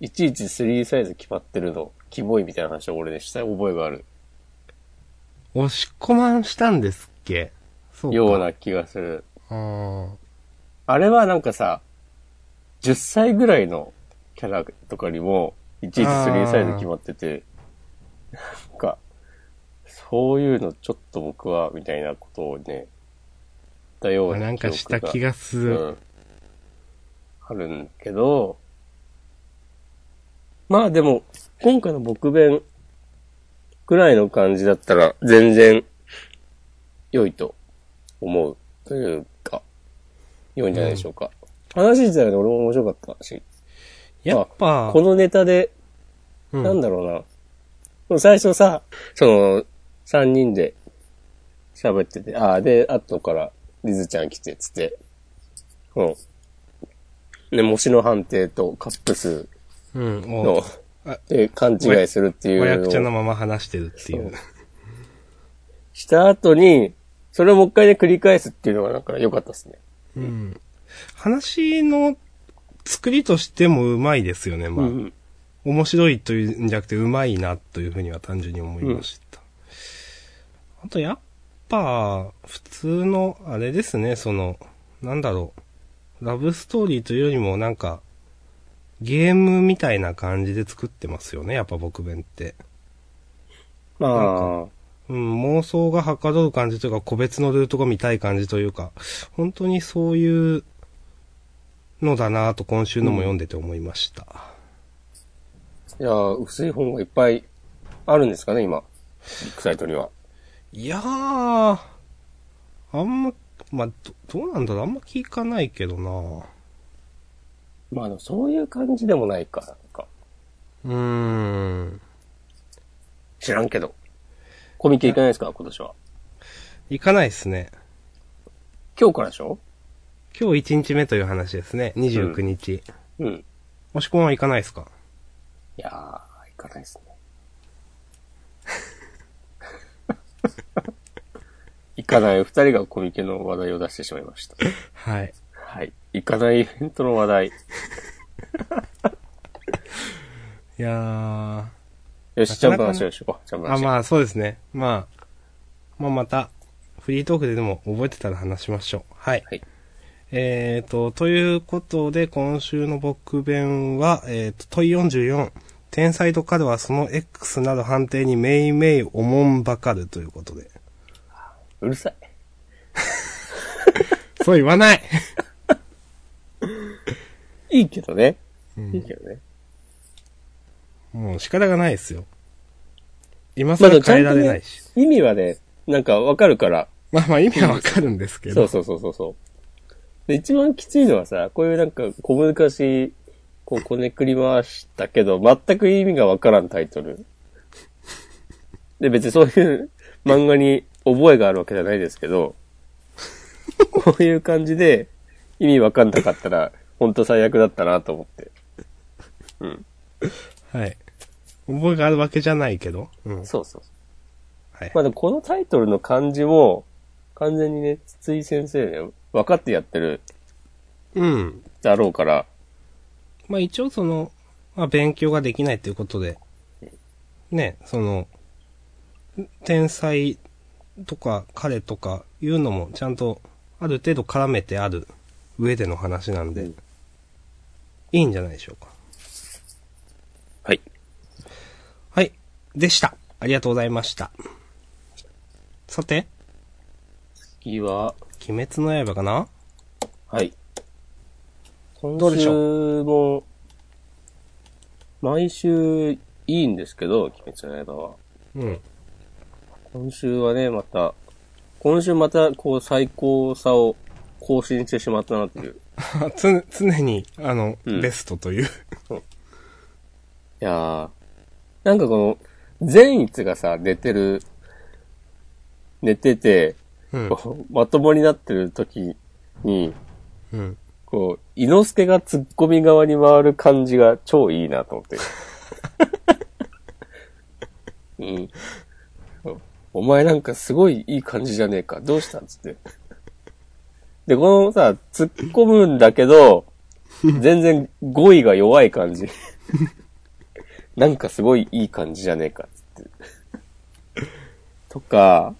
Speaker 2: いちいち3サイズ決まってるの、キモいみたいな話を俺でした覚えがある
Speaker 1: 押し込まんしたんですっけそうか。
Speaker 2: ような気がする。
Speaker 1: あー
Speaker 2: あれはなんかさ、10歳ぐらいのキャラとかにも、いちいち3サイズ決まってて、なんか、そういうのちょっと僕は、みたいなことをね、だよう
Speaker 1: あ。
Speaker 2: な
Speaker 1: なんかした気
Speaker 2: が
Speaker 1: がす
Speaker 2: う
Speaker 1: る。
Speaker 2: ん。あるんだけど、まあでも、今回の僕弁ぐらいの感じだったら全然良いと思うというか、良いんじゃないでしょうか。話自体はね俺も面白かったし、
Speaker 1: やっぱ、
Speaker 2: このネタで
Speaker 1: うん
Speaker 2: なんだろうな。でも最初さ、その、三人で喋ってて、ああ、で、後から、リズちゃん来て、つって。うん。で、模試の判定とカップ数
Speaker 1: うん、も
Speaker 2: の
Speaker 1: う、あ、
Speaker 2: で、勘違いするってい
Speaker 1: お役
Speaker 2: う
Speaker 1: 者
Speaker 2: の
Speaker 1: の
Speaker 2: を
Speaker 1: まま話してるっていう。
Speaker 2: した後に、それをもう一回ね、繰り返すっていうのがなんか良かったですね。
Speaker 1: うん。話の作りとしてもうまいですよね、まあ。
Speaker 2: うん
Speaker 1: 面白いというんじゃなくてうまいなというふうには単純に思いました。あとやっぱ、普通の、あれですね、その、なんだろう。ラブストーリーというよりもなんか、ゲームみたいな感じで作ってますよね、やっぱ僕弁って。
Speaker 2: まあ、
Speaker 1: うん、妄想がはかどる感じというか、個別のルートが見たい感じというか、本当にそういうのだなぁと今週のも読んでて思いました。
Speaker 2: いや、薄い本がいっぱいあるんですかね、今。ビッグサイトには。
Speaker 1: いやー、あんま、まあ、ど、どうなんだろう、あんま聞かないけどな
Speaker 2: まあ、でもそういう感じでもないか、なんか。
Speaker 1: うーん。
Speaker 2: 知らんけど。コミケ行かないですか今年は。
Speaker 1: 行かないですね。
Speaker 2: 今日からでしょ
Speaker 1: 今日1日目という話ですね、29日。
Speaker 2: うん。い
Speaker 1: もしこは行かないですか
Speaker 2: やー、行かないです [LAUGHS] ね。行かない二人がコミケの話題を出してしまいました。
Speaker 1: はい。
Speaker 2: はい。行かないイベントの話題。
Speaker 1: いやー、
Speaker 2: よし、ジャンプの話をしよう。ジャンプの
Speaker 1: あ、
Speaker 2: 話。
Speaker 1: まあそうですね。まあ、まあまた、フリートークででも覚えてたら話しましょう。はい。
Speaker 2: はい
Speaker 1: えーと、ということで、今週の僕弁は、えーと、問い44。天才と彼はその X など判定にめいめいおもんばかるということで。
Speaker 2: うるさい。
Speaker 1: そう言わない
Speaker 2: いいけどね。
Speaker 1: うん
Speaker 2: いいけどね。
Speaker 1: もう仕方がないですよ。今更変えられないし。
Speaker 2: 意味はね、なんかわかるから。
Speaker 1: まあまあ意味はわかるんですけ
Speaker 2: そ
Speaker 1: ど。
Speaker 2: うそうそうそうそう。で、一番きついのはさ、こういうなんか小難しい、こうこねくり回したけど、全く意味がわからんタイトル。で、別にそういう [LAUGHS] 漫画に覚えがあるわけじゃないですけど、こういう感じで意味わかんなかったら、ほんと最悪だったなと思って。
Speaker 1: はい。覚えがあるわけじゃないけど。うん。はい。
Speaker 2: そうそう。まあでもこのタイトルの漢字も、完全にね、筒井先生ね、分かってやってる
Speaker 1: うん。
Speaker 2: だろうから、
Speaker 1: まあ一応その、まあ勉強ができないということで、ね、その、天才とか彼とかいうのもちゃんとある程度絡めてある上での話なんで、
Speaker 2: うん
Speaker 1: いいんじゃないでしょうか。
Speaker 2: はい。
Speaker 1: はい。でした。ありがとうございました。さて、
Speaker 2: 次は、
Speaker 1: 鬼滅の刃かな
Speaker 2: はい。
Speaker 1: どう
Speaker 2: 今
Speaker 1: でし
Speaker 2: 週
Speaker 1: ょ
Speaker 2: も、毎週いいんですけど、鬼滅の刃は。
Speaker 1: うん。 [LAUGHS]
Speaker 2: 今週はね、また、今週また、こう、最高さを更新してしまったなっていう。
Speaker 1: つ、常に、あの、
Speaker 2: うん
Speaker 1: ベストという。
Speaker 2: いやー、なんかこの、善逸がさ、寝てる、寝てて、
Speaker 1: うん。
Speaker 2: こうまともになってる時に、
Speaker 1: うん。
Speaker 2: こう、伊之助が突っ込み側に回る感じが超いいなと思って。うん。お前なんかすごいいい感じじゃねえか。どうしたっつって。で、このさ、突っ込むんだけど、全然語彙が弱い感じ。なんかすごいいい感じじゃねえか。つって。とか、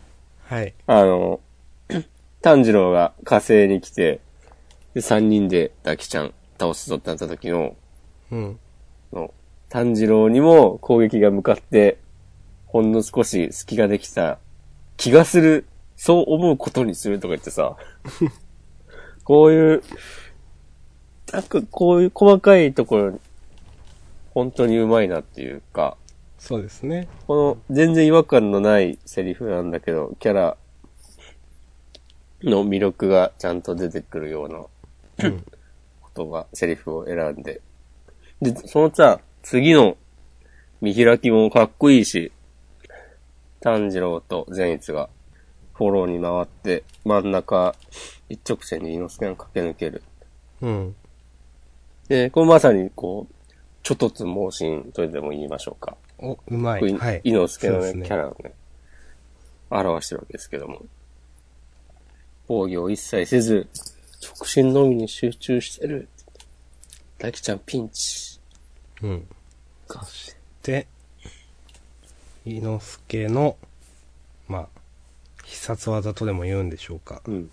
Speaker 1: はい。
Speaker 2: あの、炭治郎が火星に来て、で、三人でダキちゃん倒すぞってなった時の、
Speaker 1: うん。
Speaker 2: の炭治郎にも攻撃が向かって、ほんの少し隙ができた気がする、そう思うことにするとか言ってさ、こういう、なんかこういう細かいところ、本当にうまいなっていうか、
Speaker 1: そうですね。
Speaker 2: この全然違和感のないセリフなんだけど、キャラの魅力がちゃんと出てくるようなことが、セリフを選んで。で、そのさ、次の見開きもかっこいいし、炭治郎と善逸がフォローに回って、真ん中一直線に猪之助が駆け抜ける。
Speaker 1: うん。
Speaker 2: で、これまさにこう、ちょっとつ盲信とでも言いましょうか。
Speaker 1: お、うま
Speaker 2: こう
Speaker 1: い。
Speaker 2: い
Speaker 1: はい。
Speaker 2: 猪之助の
Speaker 1: そう
Speaker 2: ね、
Speaker 1: です
Speaker 2: キャラをね、表してるわけですけども。防御を一切せず、直進のみに集中してる。大吉ちゃんピンチ。
Speaker 1: うん。
Speaker 2: か
Speaker 1: で、伊之助の、まあ、必殺技とでも言うんでしょうか。
Speaker 2: うん。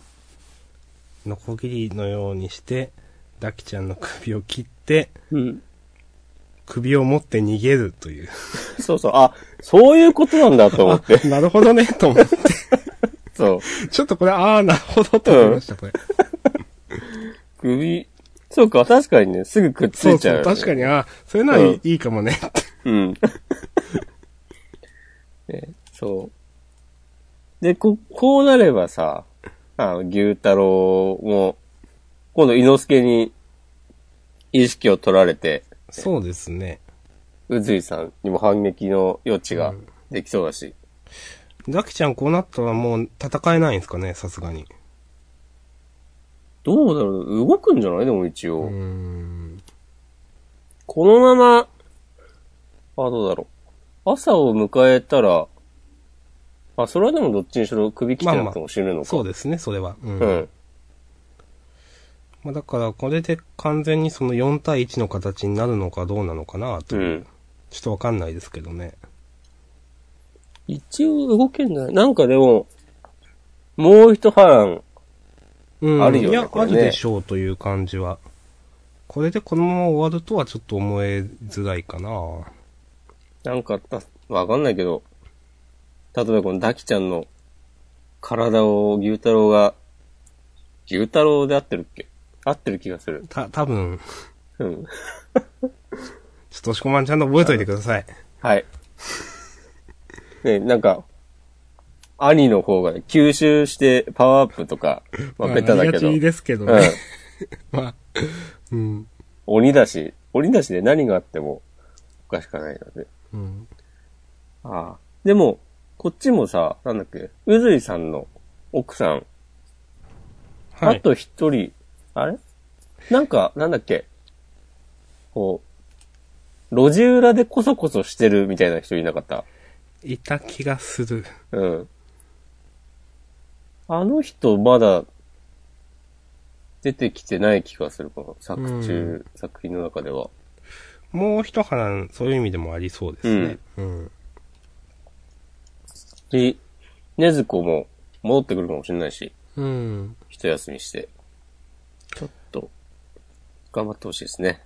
Speaker 1: ノコギリのようにして、ダキちゃんの首を切って、
Speaker 2: うん。
Speaker 1: 首を持って逃げるという。
Speaker 2: そうそう。あ、そういうことなんだと思
Speaker 1: [LAUGHS]
Speaker 2: って。
Speaker 1: なるほどね、と思って。
Speaker 2: そう。
Speaker 1: ちょっとこれ、ああ、なるほど、と思いました、これ。
Speaker 2: 首、そうか、確かにね、すぐくっつ
Speaker 1: そう
Speaker 2: いち
Speaker 1: そ
Speaker 2: ゃう、
Speaker 1: う、
Speaker 2: ね。
Speaker 1: 確かに、ああ、そういうのは
Speaker 2: うん
Speaker 1: いいいかもね。 [LAUGHS]
Speaker 2: うん。 [LAUGHS] ね、そう。で、こ、こうなればさ、あの、牛太郎も、今度、猪之助に意識を取られて、
Speaker 1: そうですね。
Speaker 2: 宇髄さんにも反撃の余地ができそうだし、
Speaker 1: ダキちゃんこうなったらもう戦えないんですかね、さすがに。
Speaker 2: どうだろう動くんじゃないでも一応。
Speaker 1: うーん。
Speaker 2: このまま、あ、どうだろう。朝を迎えたら、あ、それはでもどっちにしろ首切ってなくても死ぬのか。
Speaker 1: そうですね、それは。うん。
Speaker 2: うん。
Speaker 1: まあ、だから、これで完全にその4対1の形になるのかどうなのかなと
Speaker 2: う
Speaker 1: いう、
Speaker 2: ん。
Speaker 1: ちょっとわかんないですけどね。
Speaker 2: 一応動けんじゃないなんかでも、もう一波乱。
Speaker 1: うん。
Speaker 2: あるよね
Speaker 1: いや、
Speaker 2: これね
Speaker 1: あるでしょうという感じは。これでこのまま終わるとはちょっと思えづらいかな
Speaker 2: なんか、あわかんないけど、例えばこのダキちゃんの体を牛太郎が、牛太郎で合ってるっけ合ってる気がする。
Speaker 1: た、多分、
Speaker 2: うん。
Speaker 1: ちょっと押し込まんちゃんと覚えといてください。
Speaker 2: はい。 [LAUGHS] ね、なんか、兄の方が吸収してパワーアップとか、まあ、ベタ
Speaker 1: まああ
Speaker 2: だけ
Speaker 1: りが
Speaker 2: ど。
Speaker 1: ちですけど
Speaker 2: うん。
Speaker 1: ね。 [LAUGHS] まあ、うん。
Speaker 2: 鬼だし、鬼だしで何があってもおかしくはないので。
Speaker 1: うん。
Speaker 2: ああ。でも、こっちもさ、なんだっけ、うずいさんの奥さん、
Speaker 1: は
Speaker 2: あ
Speaker 1: い。
Speaker 2: と一人、あれなんか、なんだっけ、こう、路地裏でこそこそしてるみたいな人いなかった
Speaker 1: いた気がする。
Speaker 2: うん。あの人、まだ、出てきてない気がするかな。作中、
Speaker 1: うん
Speaker 2: 作品の中では。
Speaker 1: もう一波乱、そういう意味でもありそうですね。うん。
Speaker 2: で、ねずこも戻ってくるかもしれないし。
Speaker 1: うん。
Speaker 2: 一休みして、ちょっと、頑張ってほしいですね。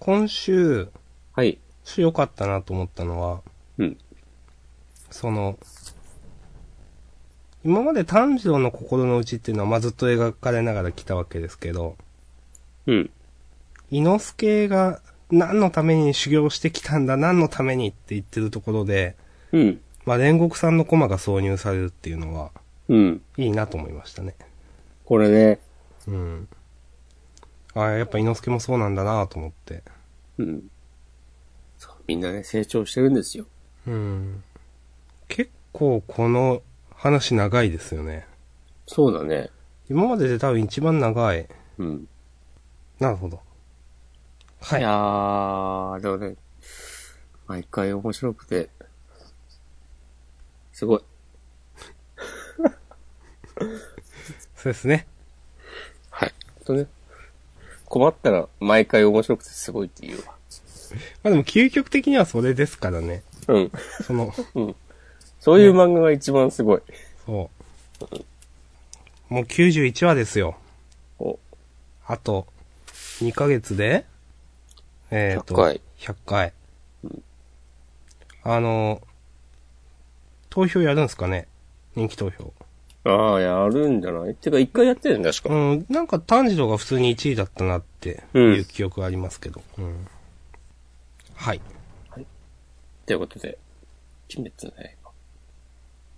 Speaker 1: 今週、
Speaker 2: はい。
Speaker 1: し良かったなと思ったのは、
Speaker 2: うん。
Speaker 1: その、今まで炭治郎の心の内っていうのは、まあ、ずっと描かれながら来たわけですけど、
Speaker 2: うん。
Speaker 1: 伊之助が何のために修行してきたんだ、何のためにって言ってるところで、
Speaker 2: うん。
Speaker 1: まあ、煉獄さんの駒が挿入されるっていうのは、
Speaker 2: うん。
Speaker 1: いいなと思いましたね。
Speaker 2: これね、
Speaker 1: うん。ああ、やっぱ伊之助もそうなんだなと思って。
Speaker 2: うん。そう、みんなね、成長してるんですよ。
Speaker 1: うん。結構この話長いですよね。
Speaker 2: そうだね。
Speaker 1: 今までで多分一番長い。
Speaker 2: うん。
Speaker 1: なるほど。はいい。
Speaker 2: やー、でもね、毎回面白くて、すごい。
Speaker 1: そうですね。
Speaker 2: はい。とね、困ったら毎回面白くてすごいって言うわ。
Speaker 1: まあでも究極的にはそれですからね。
Speaker 2: うん。
Speaker 1: その、
Speaker 2: そういう漫画が一番すごい。
Speaker 1: そう。もう91話ですよ。
Speaker 2: お、
Speaker 1: あと、2ヶ月で、えっ、と、
Speaker 2: 100回。
Speaker 1: 100回。あの、投票やるんすかね人気投票。
Speaker 2: ああ、やるんじゃないてか、一回やってるんだ、確か。
Speaker 1: うん、なんか炭治郎が普通に1位だったなっていう記憶がありますけど。うんはい。
Speaker 2: ということで、鬼滅の刃。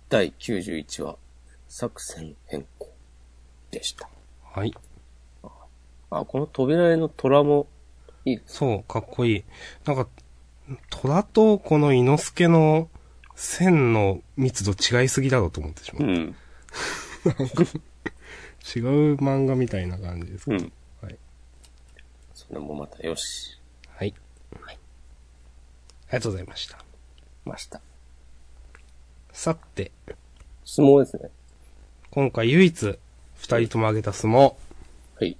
Speaker 2: 第91話、作戦変更でした。
Speaker 1: はい。
Speaker 2: あ、この扉絵の虎も、いいです。
Speaker 1: そう、かっこいい。なんか、虎とこの猪之助の線の密度違いすぎだろうと思ってしまう。
Speaker 2: ん。
Speaker 1: 違う漫画みたいな感じですけ
Speaker 2: う
Speaker 1: ど
Speaker 2: ん。
Speaker 1: はい。
Speaker 2: それもまたよし。
Speaker 1: はい。ありがとうございました。
Speaker 2: ました。
Speaker 1: さて、
Speaker 2: 相撲ですね。
Speaker 1: 今回唯一二人とも挙げた相撲。
Speaker 2: はい。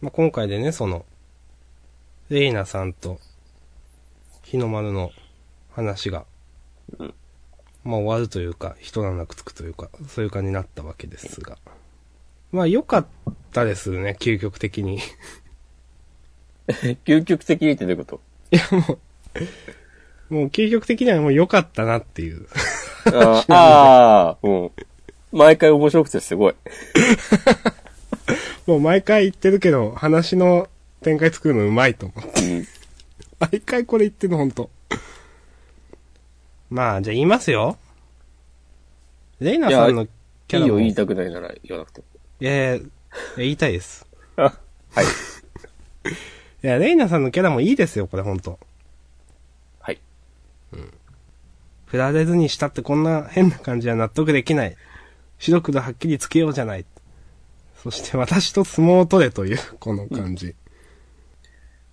Speaker 1: まあ、今回でね、その、レイナさんと、日の丸の話が、
Speaker 2: うん
Speaker 1: まあ終わるというか、一段落つくというか、そういう感じになったわけですが。まあ良かったですね、究極的に。い [LAUGHS]
Speaker 2: 究極的にってどういうこと
Speaker 1: やもう、もう究極的にはもう良かったなっていう。 [LAUGHS]
Speaker 2: あ [LAUGHS] ーあー、うん。毎回面白くてすごい。
Speaker 1: もう毎回言ってるけど、話の展開作るのうまいと思って。
Speaker 2: うん。
Speaker 1: 毎回これ言ってるのほん
Speaker 2: [LAUGHS]
Speaker 1: と。まあ、じゃあ言いますよ。レイナさんのキ
Speaker 2: い
Speaker 1: ャラ
Speaker 2: いよ、
Speaker 1: も
Speaker 2: 言いたくないなら言わなくても。
Speaker 1: いやいや、言いたいです。
Speaker 2: あ、はい。
Speaker 1: いや、レイナさんのキャラもいいですよ、これほんと。
Speaker 2: はい。
Speaker 1: 振られずにしたってこんな変な感じは納得できない。白黒はっきりつけようじゃない。そして私と相撲を取れという、この感じ。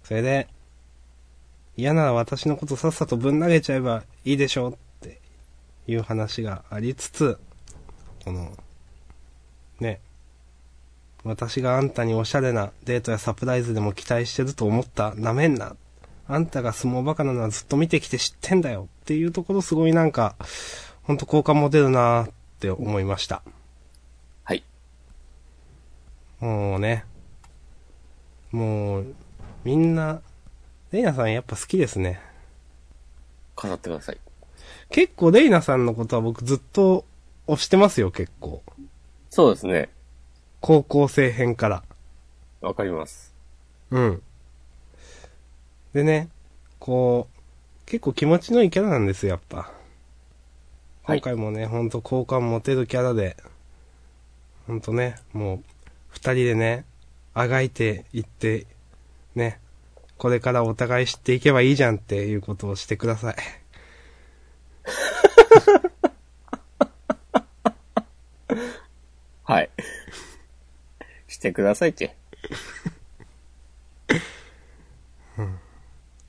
Speaker 1: それで、嫌なら私のことさっさとぶん投げちゃえばいいでしょうっていう話がありつつ、この、ね、私があんたにおしゃれなデートやサプライズでも期待してると思った、なめんな。あんたが相撲バカなのはずっと見てきて知ってんだよっていうところすごいなんか、ほんと好感持てるなーって思いました。
Speaker 2: はい。
Speaker 1: もうね。もう、みんな、レイナさんやっぱ好きですね。
Speaker 2: 飾ってください。
Speaker 1: 結構レイナさんのことは僕ずっと推してますよ、結構。
Speaker 2: そうですね。
Speaker 1: 高校生編から。
Speaker 2: わかります。
Speaker 1: うん。でね、こう、結構気持ちのいいキャラなんですよ、やっぱ。
Speaker 2: はい
Speaker 1: 今回もね、ほんと好感持てるキャラで、ほんとね、もう、二人でね、あがいていって、ね、これからお互い知っていけばいいじゃんっていうことをしてください。
Speaker 2: はい。 [LAUGHS] してください [LAUGHS] って。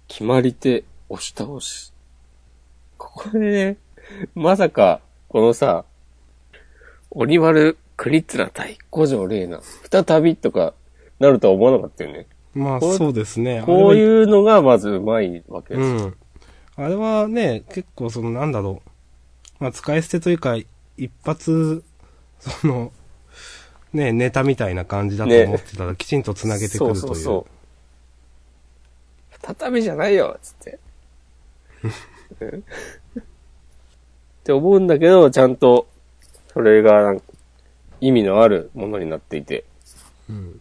Speaker 2: 決まり手、押し倒し。ここでね、まさか、このさ、鬼丸、クリッツラ対五条玲奈、再びとか、なるとは思わなかったよね。
Speaker 1: まあ、
Speaker 2: こう
Speaker 1: そうですね。
Speaker 2: こう
Speaker 1: う
Speaker 2: いうのがまずうまいわけです。
Speaker 1: うん。あれはね、結構そのなんだろう。まあ使い捨てというか、一発、その、ね、ネタみたいな感じだと
Speaker 2: ね
Speaker 1: 思ってたら、きちんと繋げてくるという。
Speaker 2: そうそうそう。再びじゃないよつって。うんって思うんだけど、ちゃんと、それがなんか意味のあるものになっていて。
Speaker 1: うん。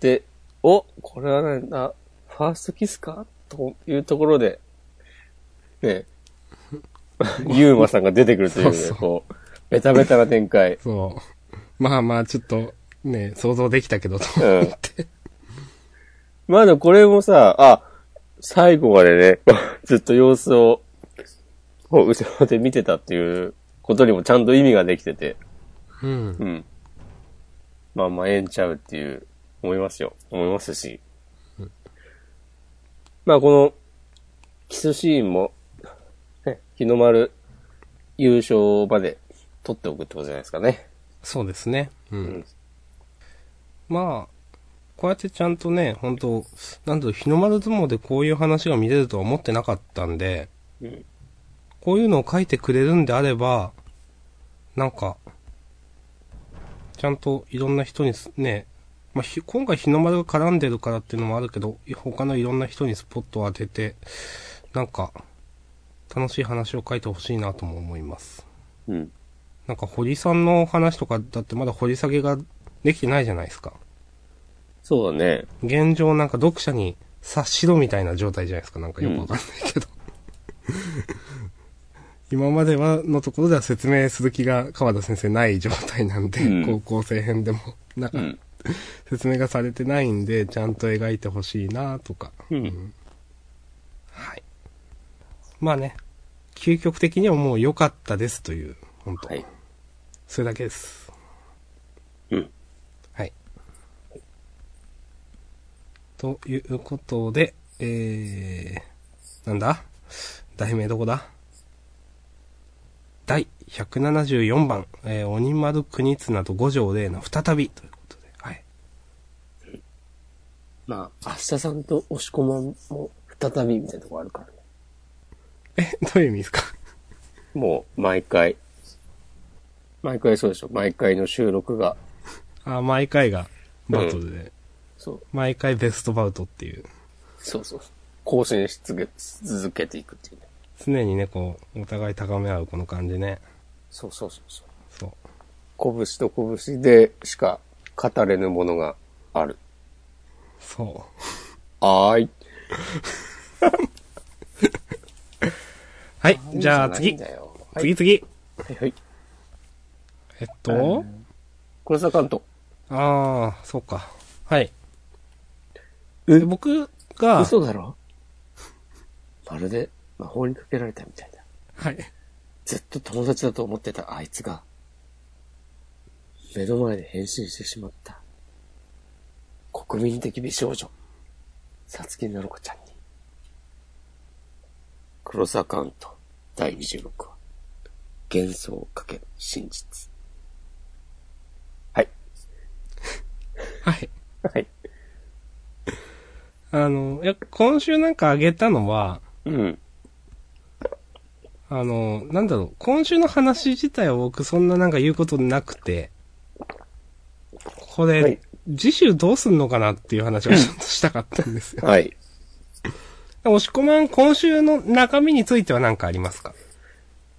Speaker 2: で、おこれはなんだ、ファーストキスかというところで、ね、
Speaker 1: [LAUGHS]
Speaker 2: ユーマさんが出てくるというね、
Speaker 1: そうそう
Speaker 2: こう、ベタベタな展開。
Speaker 1: そう。まあまあ、ちょっと、ね、想像できたけどと
Speaker 2: う
Speaker 1: 思
Speaker 2: ん
Speaker 1: って。
Speaker 2: まだこれもさ、あ、最後までね、 [LAUGHS] ずっと様子を、こう後ろで見てたっていうことにもちゃんと意味ができてて、
Speaker 1: うん。
Speaker 2: うん。まあまあ、ええんちゃうっていう、思いますよ。思いますし。まあ、この、キスシーンも、ね、日の丸、優勝まで取っておくってことじゃないですかね。
Speaker 1: そうですね。うん。
Speaker 2: ん
Speaker 1: まあ、こうやってちゃんとね、本当なんだろう、日の丸相撲でこういう話が見れるとは思ってなかったんで、
Speaker 2: うん
Speaker 1: こういうのを書いてくれるんであれば、なんか、ちゃんといろんな人にすね、まあ、ひ今回日の丸が絡んでるからっていうのもあるけど、他のいろんな人にスポットを当てて、なんか、楽しい話を書いてほしいなとも思います。
Speaker 2: うん。
Speaker 1: なんか堀さんの話とかだってまだ掘り下げができてないじゃないですか。
Speaker 2: そうだね。
Speaker 1: 現状なんか読者に察しろみたいな状態じゃないですか。なんかよくわかんないけど。 [LAUGHS] 今までは、のところでは説明する気が川田先生ない状態なんで、
Speaker 2: うん
Speaker 1: 高校生編でも、なん
Speaker 2: う
Speaker 1: か
Speaker 2: ん。
Speaker 1: 説明がされてないんで、ちゃんと描いてほしいなとか。
Speaker 2: うん。
Speaker 1: はい。まあね、究極的にはもう良かったですという、本当、
Speaker 2: はい。
Speaker 1: それだけです。
Speaker 2: うん。
Speaker 1: はい。ということで、えー、なんだ題名どこだ第174番、えー、鬼丸国綱と五条霊の再びということで、はい。
Speaker 2: まあ、明日さんと押し込まんも再びみたいなとこあるからね。
Speaker 1: え、どういう意味ですか
Speaker 2: もう、毎回。毎回そうでしょ。毎回の収録が。
Speaker 1: あ、毎回がバトルで、
Speaker 2: そう。
Speaker 1: 毎回ベストバウトっていう。
Speaker 2: そうそう。更新し続け続けていくっていうね。
Speaker 1: 常にね、こう、お互い高め合うこの感じね。
Speaker 2: そうそうそうそう。
Speaker 1: そう。
Speaker 2: 拳と拳でしか語れぬものがある。
Speaker 1: そう。
Speaker 2: あーい。
Speaker 1: はい、じゃあ次。
Speaker 2: 次
Speaker 1: 次次。
Speaker 2: はいはい。
Speaker 1: えっと、
Speaker 2: 黒沢関東。
Speaker 1: ああ、そうか。はい。
Speaker 2: え
Speaker 1: で僕が、
Speaker 2: 嘘だろまるで魔法にかけられたみたいだ。
Speaker 1: はい。
Speaker 2: ずっと友達だと思ってたあいつが、目の前で変身してしまった。国民的美少女、さつきなのこちゃんに。黒沢関東第26話。幻想をかけ真実。はい。
Speaker 1: はい。
Speaker 2: はい。
Speaker 1: あの、いや、今週なんかあげたのは、
Speaker 2: うん。
Speaker 1: あの、なんだろう、今週の話自体は僕そんななんか言うことなくて、これ、
Speaker 2: はい
Speaker 1: 次週どうすんのかなっていう話をちょっとしたかったんです [LAUGHS] よ。
Speaker 2: はい。
Speaker 1: 押し込まん、今週の中身については何かありますか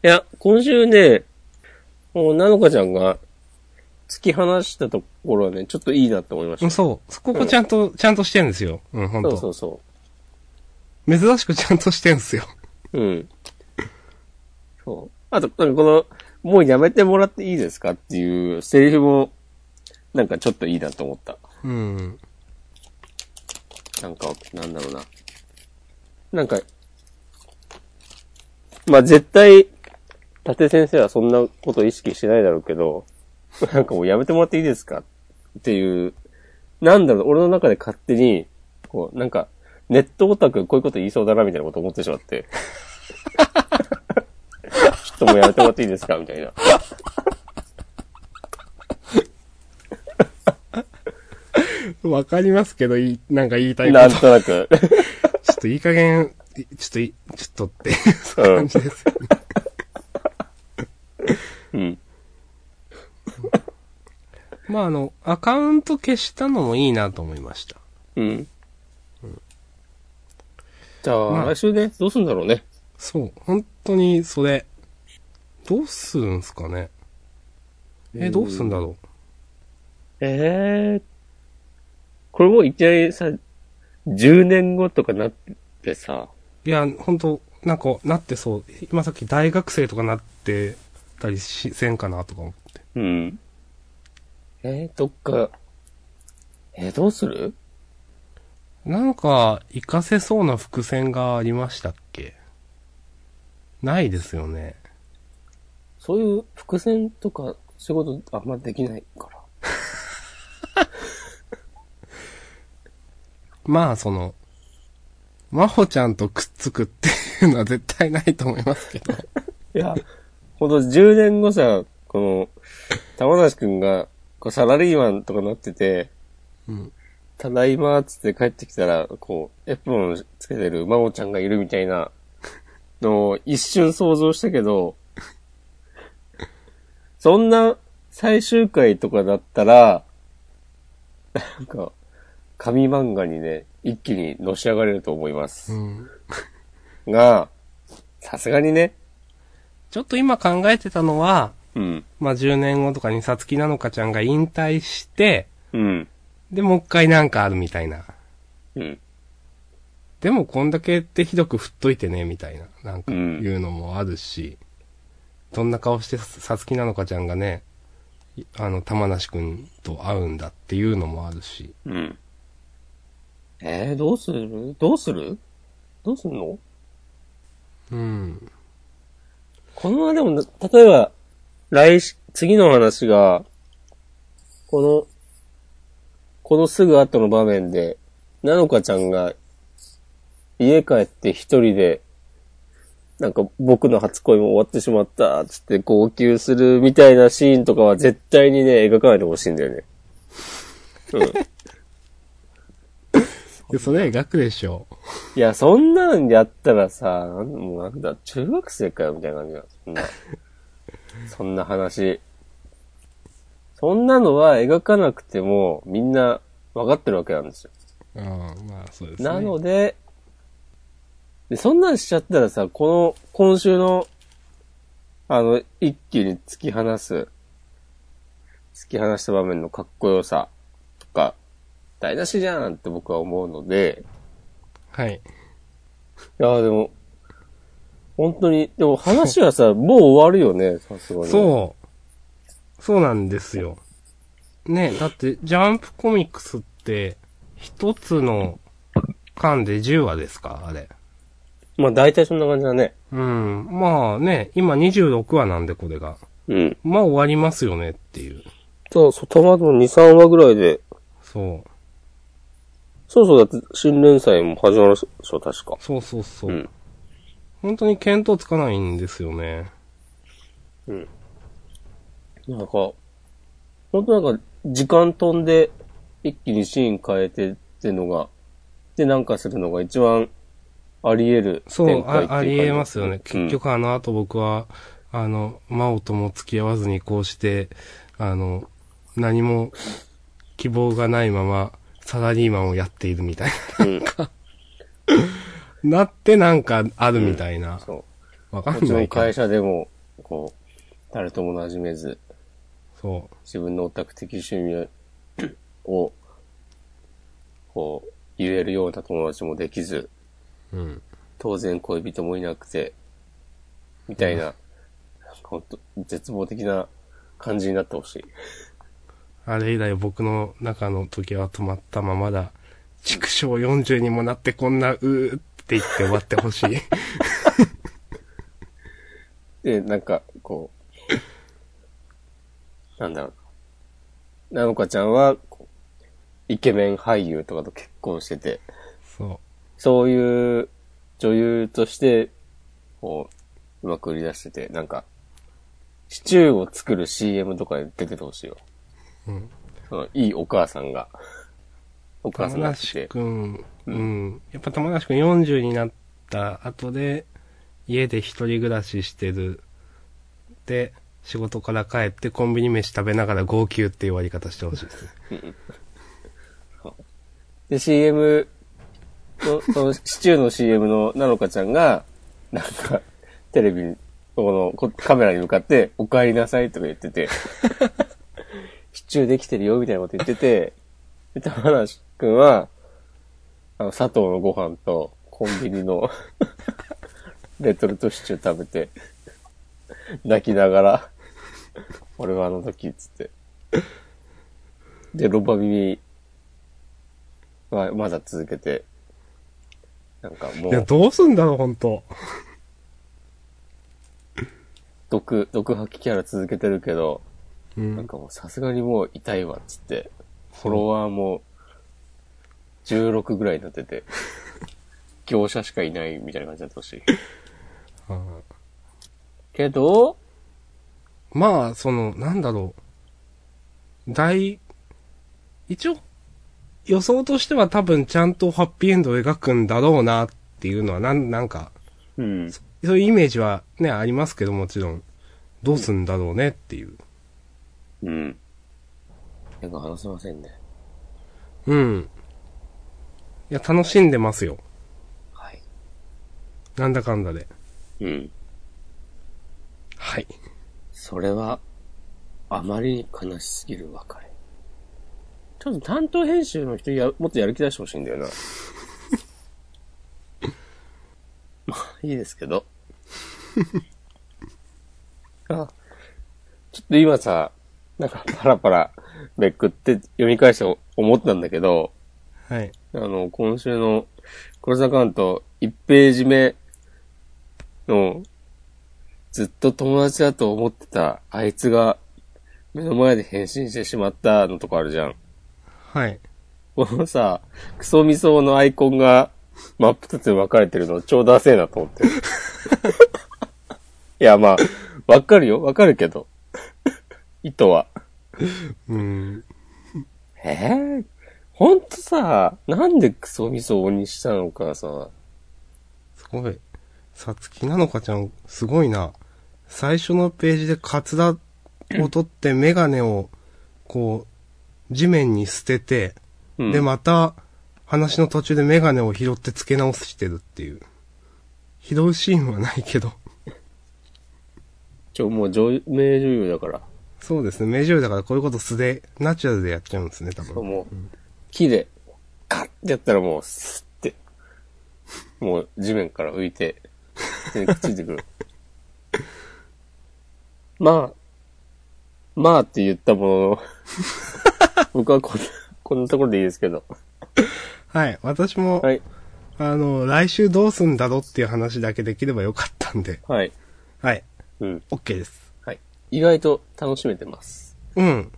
Speaker 2: いや、今週ね、もう、なのかちゃんが、突き放したところはね、ちょっといいなって思いました。
Speaker 1: そう。そここちゃんと、ちゃんとしてんですよ。うん、本当
Speaker 2: そうそうそ
Speaker 1: 珍しくちゃんとしてんすよ。
Speaker 2: う。うん。そう。あと、なんかこの、もうやめてもらっていいですかっていうセリフも、なんかちょっといいなと思った。
Speaker 1: うん。
Speaker 2: なんか、なんだろうな。なんか、まあ、絶対、伊達先生はそんなこと意識してないだろうけど、 [LAUGHS] なんかもうやめてもらっていいですかっていう、なんだろう、俺の中で勝手に、こう、なんか、ネットオタクこういうこと言いそうだなみたいなこと思ってしまって。 [LAUGHS] ちょっともうやめてもらっていいですかみたいな。
Speaker 1: わかりますけど、いいなんか言いたいこ
Speaker 2: な
Speaker 1: と
Speaker 2: ん。とな [LAUGHS] く。
Speaker 1: ちょっといい加減、いちょっとい、ちょっとって、そういう感じですよね。
Speaker 2: うん。
Speaker 1: まあ、あの、アカウント消したのもいいなと思いました。
Speaker 2: うん。じゃあ、
Speaker 1: まあ
Speaker 2: 来週ね、どうすんだろうね。
Speaker 1: そう。本当に、それ。どうするんすかねえ、どうすんだろ
Speaker 2: ええこれもいきなりさ、10年後とかなってさ、
Speaker 1: ういや、本当なんか、なってそう。今さっき大学生とかなってたりしせんかなとか思って。
Speaker 2: うん。えー、どっか、えー、どうする
Speaker 1: なんか、活かせそうな伏線がありましたっけないですよね。
Speaker 2: そういう伏線とか仕事あんまできないから。
Speaker 1: まあ、その、真帆ちゃんとくっつくっていうのは絶対ないと思いますけど。
Speaker 2: いや、ほんと10年後さ、この、玉梨くんが、こうサラリーマンとかなってて、
Speaker 1: うん。
Speaker 2: ただいまーっつって帰ってきたら、こう、エプロンつけてるマモちゃんがいるみたいなのを一瞬想像したけど、そんな最終回とかだったら、なんか、紙漫画にね、一気にのし上がれると思います。
Speaker 1: うん。
Speaker 2: が、さすがにね、
Speaker 1: ちょっと今考えてたのは、
Speaker 2: うん。
Speaker 1: まあ10年後とかにさつきなのかちゃんが引退して、
Speaker 2: うん。
Speaker 1: で、もう一回なんかあるみたいな。
Speaker 2: うん。
Speaker 1: でもこんだけってひどく振っといてね、みたいな、なんか
Speaker 2: う
Speaker 1: い
Speaker 2: ん
Speaker 1: うのもあるし、どんな顔してささつきなのかちゃんがね、いあの、玉梨くんと会うんだっていうのもあるし、
Speaker 2: うん。えー、どうするどうするどうすんの
Speaker 1: うん。
Speaker 2: このままでもな、例えば、来し、次の話が、この、このすぐ後の場面で、なのかちゃんが、家帰って一人で、なんか僕の初恋も終わってしまった、つって号泣するみたいなシーンとかは絶対にね、描かないでほしいんだよね。うん。
Speaker 1: いやそれ描くでしょ
Speaker 2: いや、そんなんやったらさ、なんもうなんだ、中学生かよ、みたいな感じだ。そ
Speaker 1: [LAUGHS]
Speaker 2: んな、そんな話。そんなのは描かなくても、みんな分かってるわけなんですよ。
Speaker 1: う。うん、まあそうですね。
Speaker 2: なので、で、そんなんしちゃったらさ、この、今週の、あの、一気に突き放す、突き放した場面のかっこよさとか、台無しじゃんって僕は思うので、
Speaker 1: はい。
Speaker 2: いやーでも、本当に、でも話は
Speaker 1: [LAUGHS]
Speaker 2: さ、もう終わるよね、さすがに。
Speaker 1: そう。そうなんですよ。ねだって、ジャンプコミックスって、一つの巻で10話ですかあれ。
Speaker 2: う。まあ大体そんな感じだね。
Speaker 1: うん。まあね、今26話なんで、これが。
Speaker 2: うん。
Speaker 1: まあ終わりますよねっていう。
Speaker 2: そう、そう、たまたま2、3話ぐらいで、
Speaker 1: そう。
Speaker 2: そうそうだって新連載も始まるでしょ、確か。
Speaker 1: そうそうそう。
Speaker 2: うん。
Speaker 1: 本当に見当つかないんですよね。
Speaker 2: うん。なんか、本当なんか、時間飛んで、一気にシーン変えてってのが、で、なんかするのが一番、あり得る
Speaker 1: そう、あありえますよね。
Speaker 2: うん
Speaker 1: 結局あの後僕は、あの、真央とも付き合わずにこうして、あの、何も希望がないままサラリーマンをやっているみたい
Speaker 2: うん。
Speaker 1: [LAUGHS] な。なってなんかあるみたいな。
Speaker 2: そう。
Speaker 1: わか
Speaker 2: も
Speaker 1: ん
Speaker 2: ちろ
Speaker 1: なんいけ
Speaker 2: 会
Speaker 1: ど。
Speaker 2: 社でも、こう、誰とも馴染めず、
Speaker 1: そ
Speaker 2: 自分のオタク的趣味を、 [COUGHS] こう、言えるような友達もできず、
Speaker 1: う。うん。
Speaker 2: 当然恋人もいなくて、みたいな、なんかほんと、絶望的な感じになってほしい。
Speaker 1: あれ以来僕の中の時は止まったままだ。畜生40にもなってこんな、うーって言って終わってほ [LAUGHS] しい。
Speaker 2: で、なんか、こう、なんだろう。なのかちゃんは、こうイケメン俳優とかと結婚してて、
Speaker 1: そう。
Speaker 2: そういう女優として、こう、うまく売り出してて、なんか、シチューを作る CM とかに出ててほしいよ。
Speaker 1: うん。
Speaker 2: そのいいお母さんが。お母さん
Speaker 1: 玉
Speaker 2: が来
Speaker 1: 梨
Speaker 2: て。
Speaker 1: くん、うん。やっぱ玉梨くん40になった後で、家で一人暮らししてる。で、仕事から帰ってコンビニ飯食べながら号泣っていう終わり方してほしいですね。
Speaker 2: で、CM の、その、シチューの CM のなのかちゃんが、なんか、テレビに、このこカメラに向かって、お帰りなさいとか言って [LAUGHS] て、シチューできてるよみたいなこと言ってて、で、玉梨くんは、あの、佐藤のご飯と、コンビニ [LAUGHS] の、レトルトシチュー食べて、泣きながら、俺はあの時、つって。で、ロバ耳はまだ続けて、なんかも
Speaker 1: いや、
Speaker 2: う、
Speaker 1: どうすんだろう、ほんと。
Speaker 2: 毒、毒吐きキャラ続けてるけど、
Speaker 1: う
Speaker 2: なん
Speaker 1: ん。
Speaker 2: かもうさすがにもう痛いわっつって、フォロワーも16ぐらいになって [LAUGHS] て、業者しかいないみたいな感じになってほしい。
Speaker 1: うん
Speaker 2: けど、
Speaker 1: まあ、その、なんだろう。大、一応、予想としては多分ちゃんとハッピーエンドを描くんだろうなっていうのは、なん、なんか、
Speaker 2: うん。
Speaker 1: そういうイメージはね、ありますけどもちろん、どうすんだろうねっていう。
Speaker 2: うん。なんか話せませんね。
Speaker 1: うん。いや、楽しんでますよ。
Speaker 2: はい。
Speaker 1: なんだかんだで。
Speaker 2: うん。
Speaker 1: はい。
Speaker 2: それは、あまりに悲しすぎる別れ。ちょっと担当編集の人や、もっとやる気出してほしいんだよな。 [LAUGHS] まあ、いいですけど。 [LAUGHS] あ、ちょっと今さ、なんかパラパラめくって読み返して思ったんだけど、
Speaker 1: はい。
Speaker 2: あの、今週のクロスアカウント1ページ目のずっと友達だと思ってたあいつが目の前で変身してしまったのとかあるじゃん。
Speaker 1: はい。
Speaker 2: このさ、クソミソのアイコンが真っ二つに分かれてるの超ダセえなと思ってる。 [LAUGHS] いや、まあ、わかるよ。わかるけど。意図は。
Speaker 1: うん。
Speaker 2: えー、ほんとさ、なんでクソミソにしたのかさ、
Speaker 1: すごい。さつきなのかちゃん、すごいな。最初のページでカツラを取ってメガネを、こう、地面に捨てて、
Speaker 2: うん
Speaker 1: で、また、話の途中でメガネを拾って付け直してるっていう。拾うシーンはないけど。
Speaker 2: ちょ、もう女優、名女優だから。
Speaker 1: そうですね。名女優だからこういうこと素で、ナチュラルでやっちゃうんですね、多分。
Speaker 2: もう、木で、カッてやったらもう、スッて、もう地面から浮いて、手にくっついてくる。 [LAUGHS] まあ、まあって言ったものの、 [LAUGHS] 僕はこんな、こんなところでいいですけど。
Speaker 1: はい。私も、
Speaker 2: はい、
Speaker 1: あの、来週どうすんだろうっていう話だけできればよかったんで。
Speaker 2: はい、
Speaker 1: はい。
Speaker 2: うん、
Speaker 1: OK です。
Speaker 2: はい。意外と楽しめてます。
Speaker 1: うん。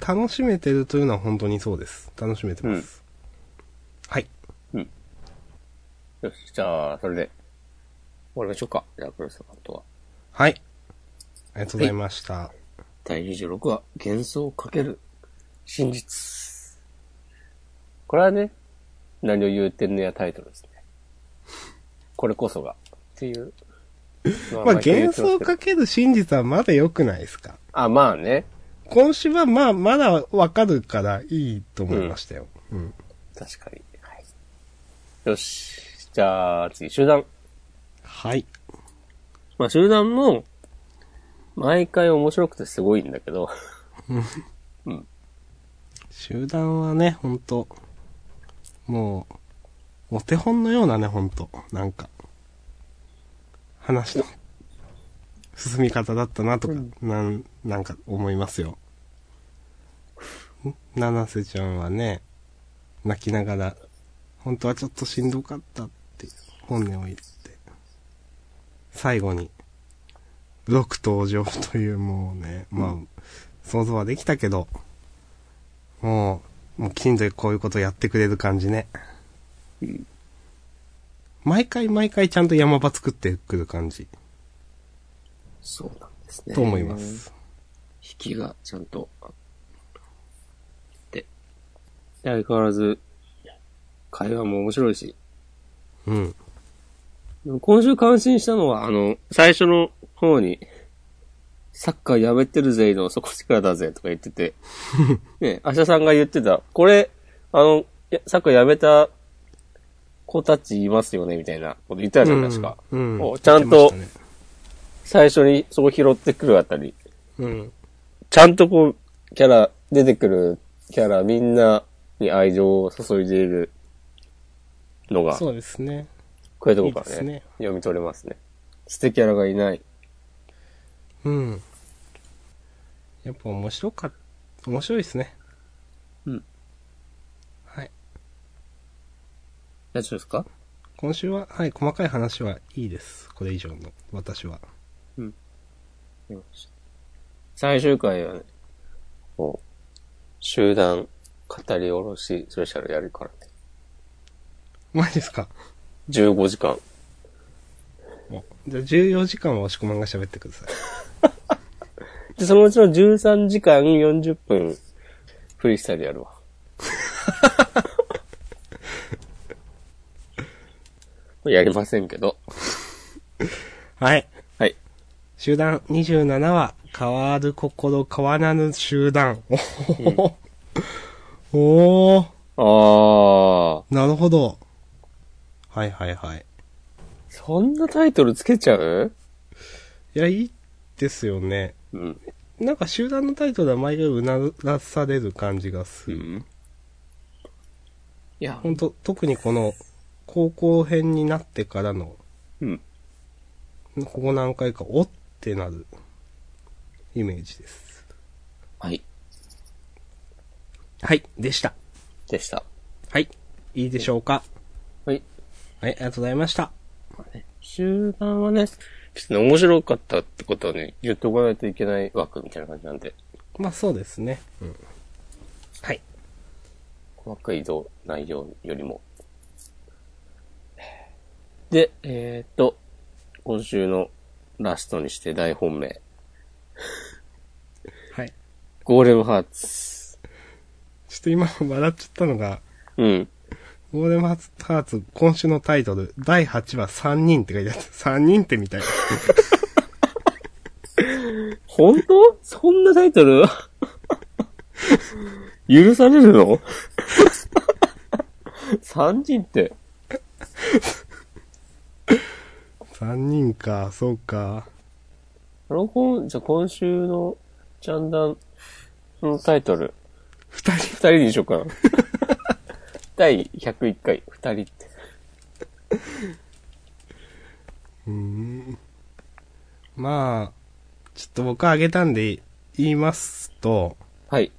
Speaker 1: 楽しめてるというのは本当にそうです。楽しめてます。はい。
Speaker 2: よし、じゃあ、それで、終わりましょうか。じゃあ、黒沢さんとは。
Speaker 1: はい。ありがとうございました。
Speaker 2: 第26話、幻想かける真実。これはね、何を言うてんねやタイトルですね。これこそが、っていう。 [LAUGHS] ま
Speaker 1: まあ、幻想かける真実はまだ良くないですか
Speaker 2: あ、まあね。
Speaker 1: 今週はまあ、まだわかるからいいと思いましたよ。うん。
Speaker 2: 確かに。はい、よし。じゃあ、次、集団。
Speaker 1: はい。
Speaker 2: まあ、集団も、毎回面白くてすごいんだけど、
Speaker 1: 集団はね、ほんと、もう、お手本のようなね、ほんと、なんか、話の進み方だったなとか、なん、なんか思いますよ。ん七瀬ちゃんはね、泣きながら、本当はちょっとしんどかったって、本音を言って、最後に、六登場というもうね、まあ、想像はできたけど、もう、もう近所でこういうことやってくれる感じね。毎回毎回ちゃんと山場作ってくる感じ、
Speaker 2: そうなんですね
Speaker 1: と思いま。す。
Speaker 2: 引きがちゃんとあって。で相変わらず、会話も面白いし。
Speaker 1: うん。
Speaker 2: 今週感心したのは、あの、最初の方に、サッカーやめてるぜの底力だぜとか言って [LAUGHS] て、ね、アシャさんが言ってた、これ、あの、いやサッカーやめた子たちいますよね、みたいなこと言ってたじゃないですか。
Speaker 1: うん。う
Speaker 2: おちゃんと
Speaker 1: 言ってまし
Speaker 2: 最初にそこ拾ってくるあたり、
Speaker 1: たねうん。
Speaker 2: ちゃんとこう、キャラ、出てくるキャラ、みんなに愛情を注いでいるのが、こ
Speaker 1: そうですね。
Speaker 2: ういうとこか
Speaker 1: いい
Speaker 2: ら
Speaker 1: です
Speaker 2: ね
Speaker 1: ね
Speaker 2: 読み取れますね。捨てキャラがいない。
Speaker 1: うん。やっぱ面白かっ、面白いですね。
Speaker 2: うん。
Speaker 1: はい。
Speaker 2: 大丈夫ですか
Speaker 1: 今週は、はい、細かい話はいいです。これ以上の、私は。
Speaker 2: 最終回はね、もう、集団語り下ろしスペシャルやるからね。
Speaker 1: マジですか
Speaker 2: 15時間。
Speaker 1: じゃあ14時間は押し込まんが喋ってください。
Speaker 2: で、そのうちの13時間40分、フリースタイルやるわ。 [LAUGHS] やりませんけど。
Speaker 1: はい。
Speaker 2: はい。
Speaker 1: 集団27話、変わる心変わらぬ集団。おーおー、
Speaker 2: ああ。
Speaker 1: なるほど。はいはいはい。
Speaker 2: そんなタイトルつけちゃう
Speaker 1: いや、いいですよね。
Speaker 2: うん。
Speaker 1: なんか集団のタイトルは毎回うならされる感じがす
Speaker 2: う
Speaker 1: る。
Speaker 2: ん。いや、
Speaker 1: ほんと、特にこの、高校編になってからの、
Speaker 2: うん。
Speaker 1: ここ何回か、おってなる、イメージです。
Speaker 2: はい。
Speaker 1: はい、でした。
Speaker 2: でした。
Speaker 1: はい、いいでしょうか。
Speaker 2: はい。
Speaker 1: はい、ありがとうございました。
Speaker 2: 終盤はね、別に面白かったってことはね、言っておかないといけない枠みたいな感じなんで、
Speaker 1: まあそうですね。うん。はい。
Speaker 2: 細かい移動内容よりも。で、えー、っと、今週のラストにして大本命。
Speaker 1: はい。
Speaker 2: ゴーレムハーツ。
Speaker 1: ちょっと今笑っちゃったのが、
Speaker 2: うん。
Speaker 1: ゴーレムハーツ、ハーツ今週のタイトル、第8話3人って書いてあった。3人 [LAUGHS] ってみたい。
Speaker 2: 本当そんなタイトル [LAUGHS] 許されるの三人って。
Speaker 1: 3人か、そうか。
Speaker 2: あの、こんじゃあ今週のジャンダンのタイトル、
Speaker 1: 2人
Speaker 2: 二。人にしようかな。 [LAUGHS] 第101回、二人って。
Speaker 1: うーん。まあ、ちょっと僕あげたんで言いますと、
Speaker 2: はい。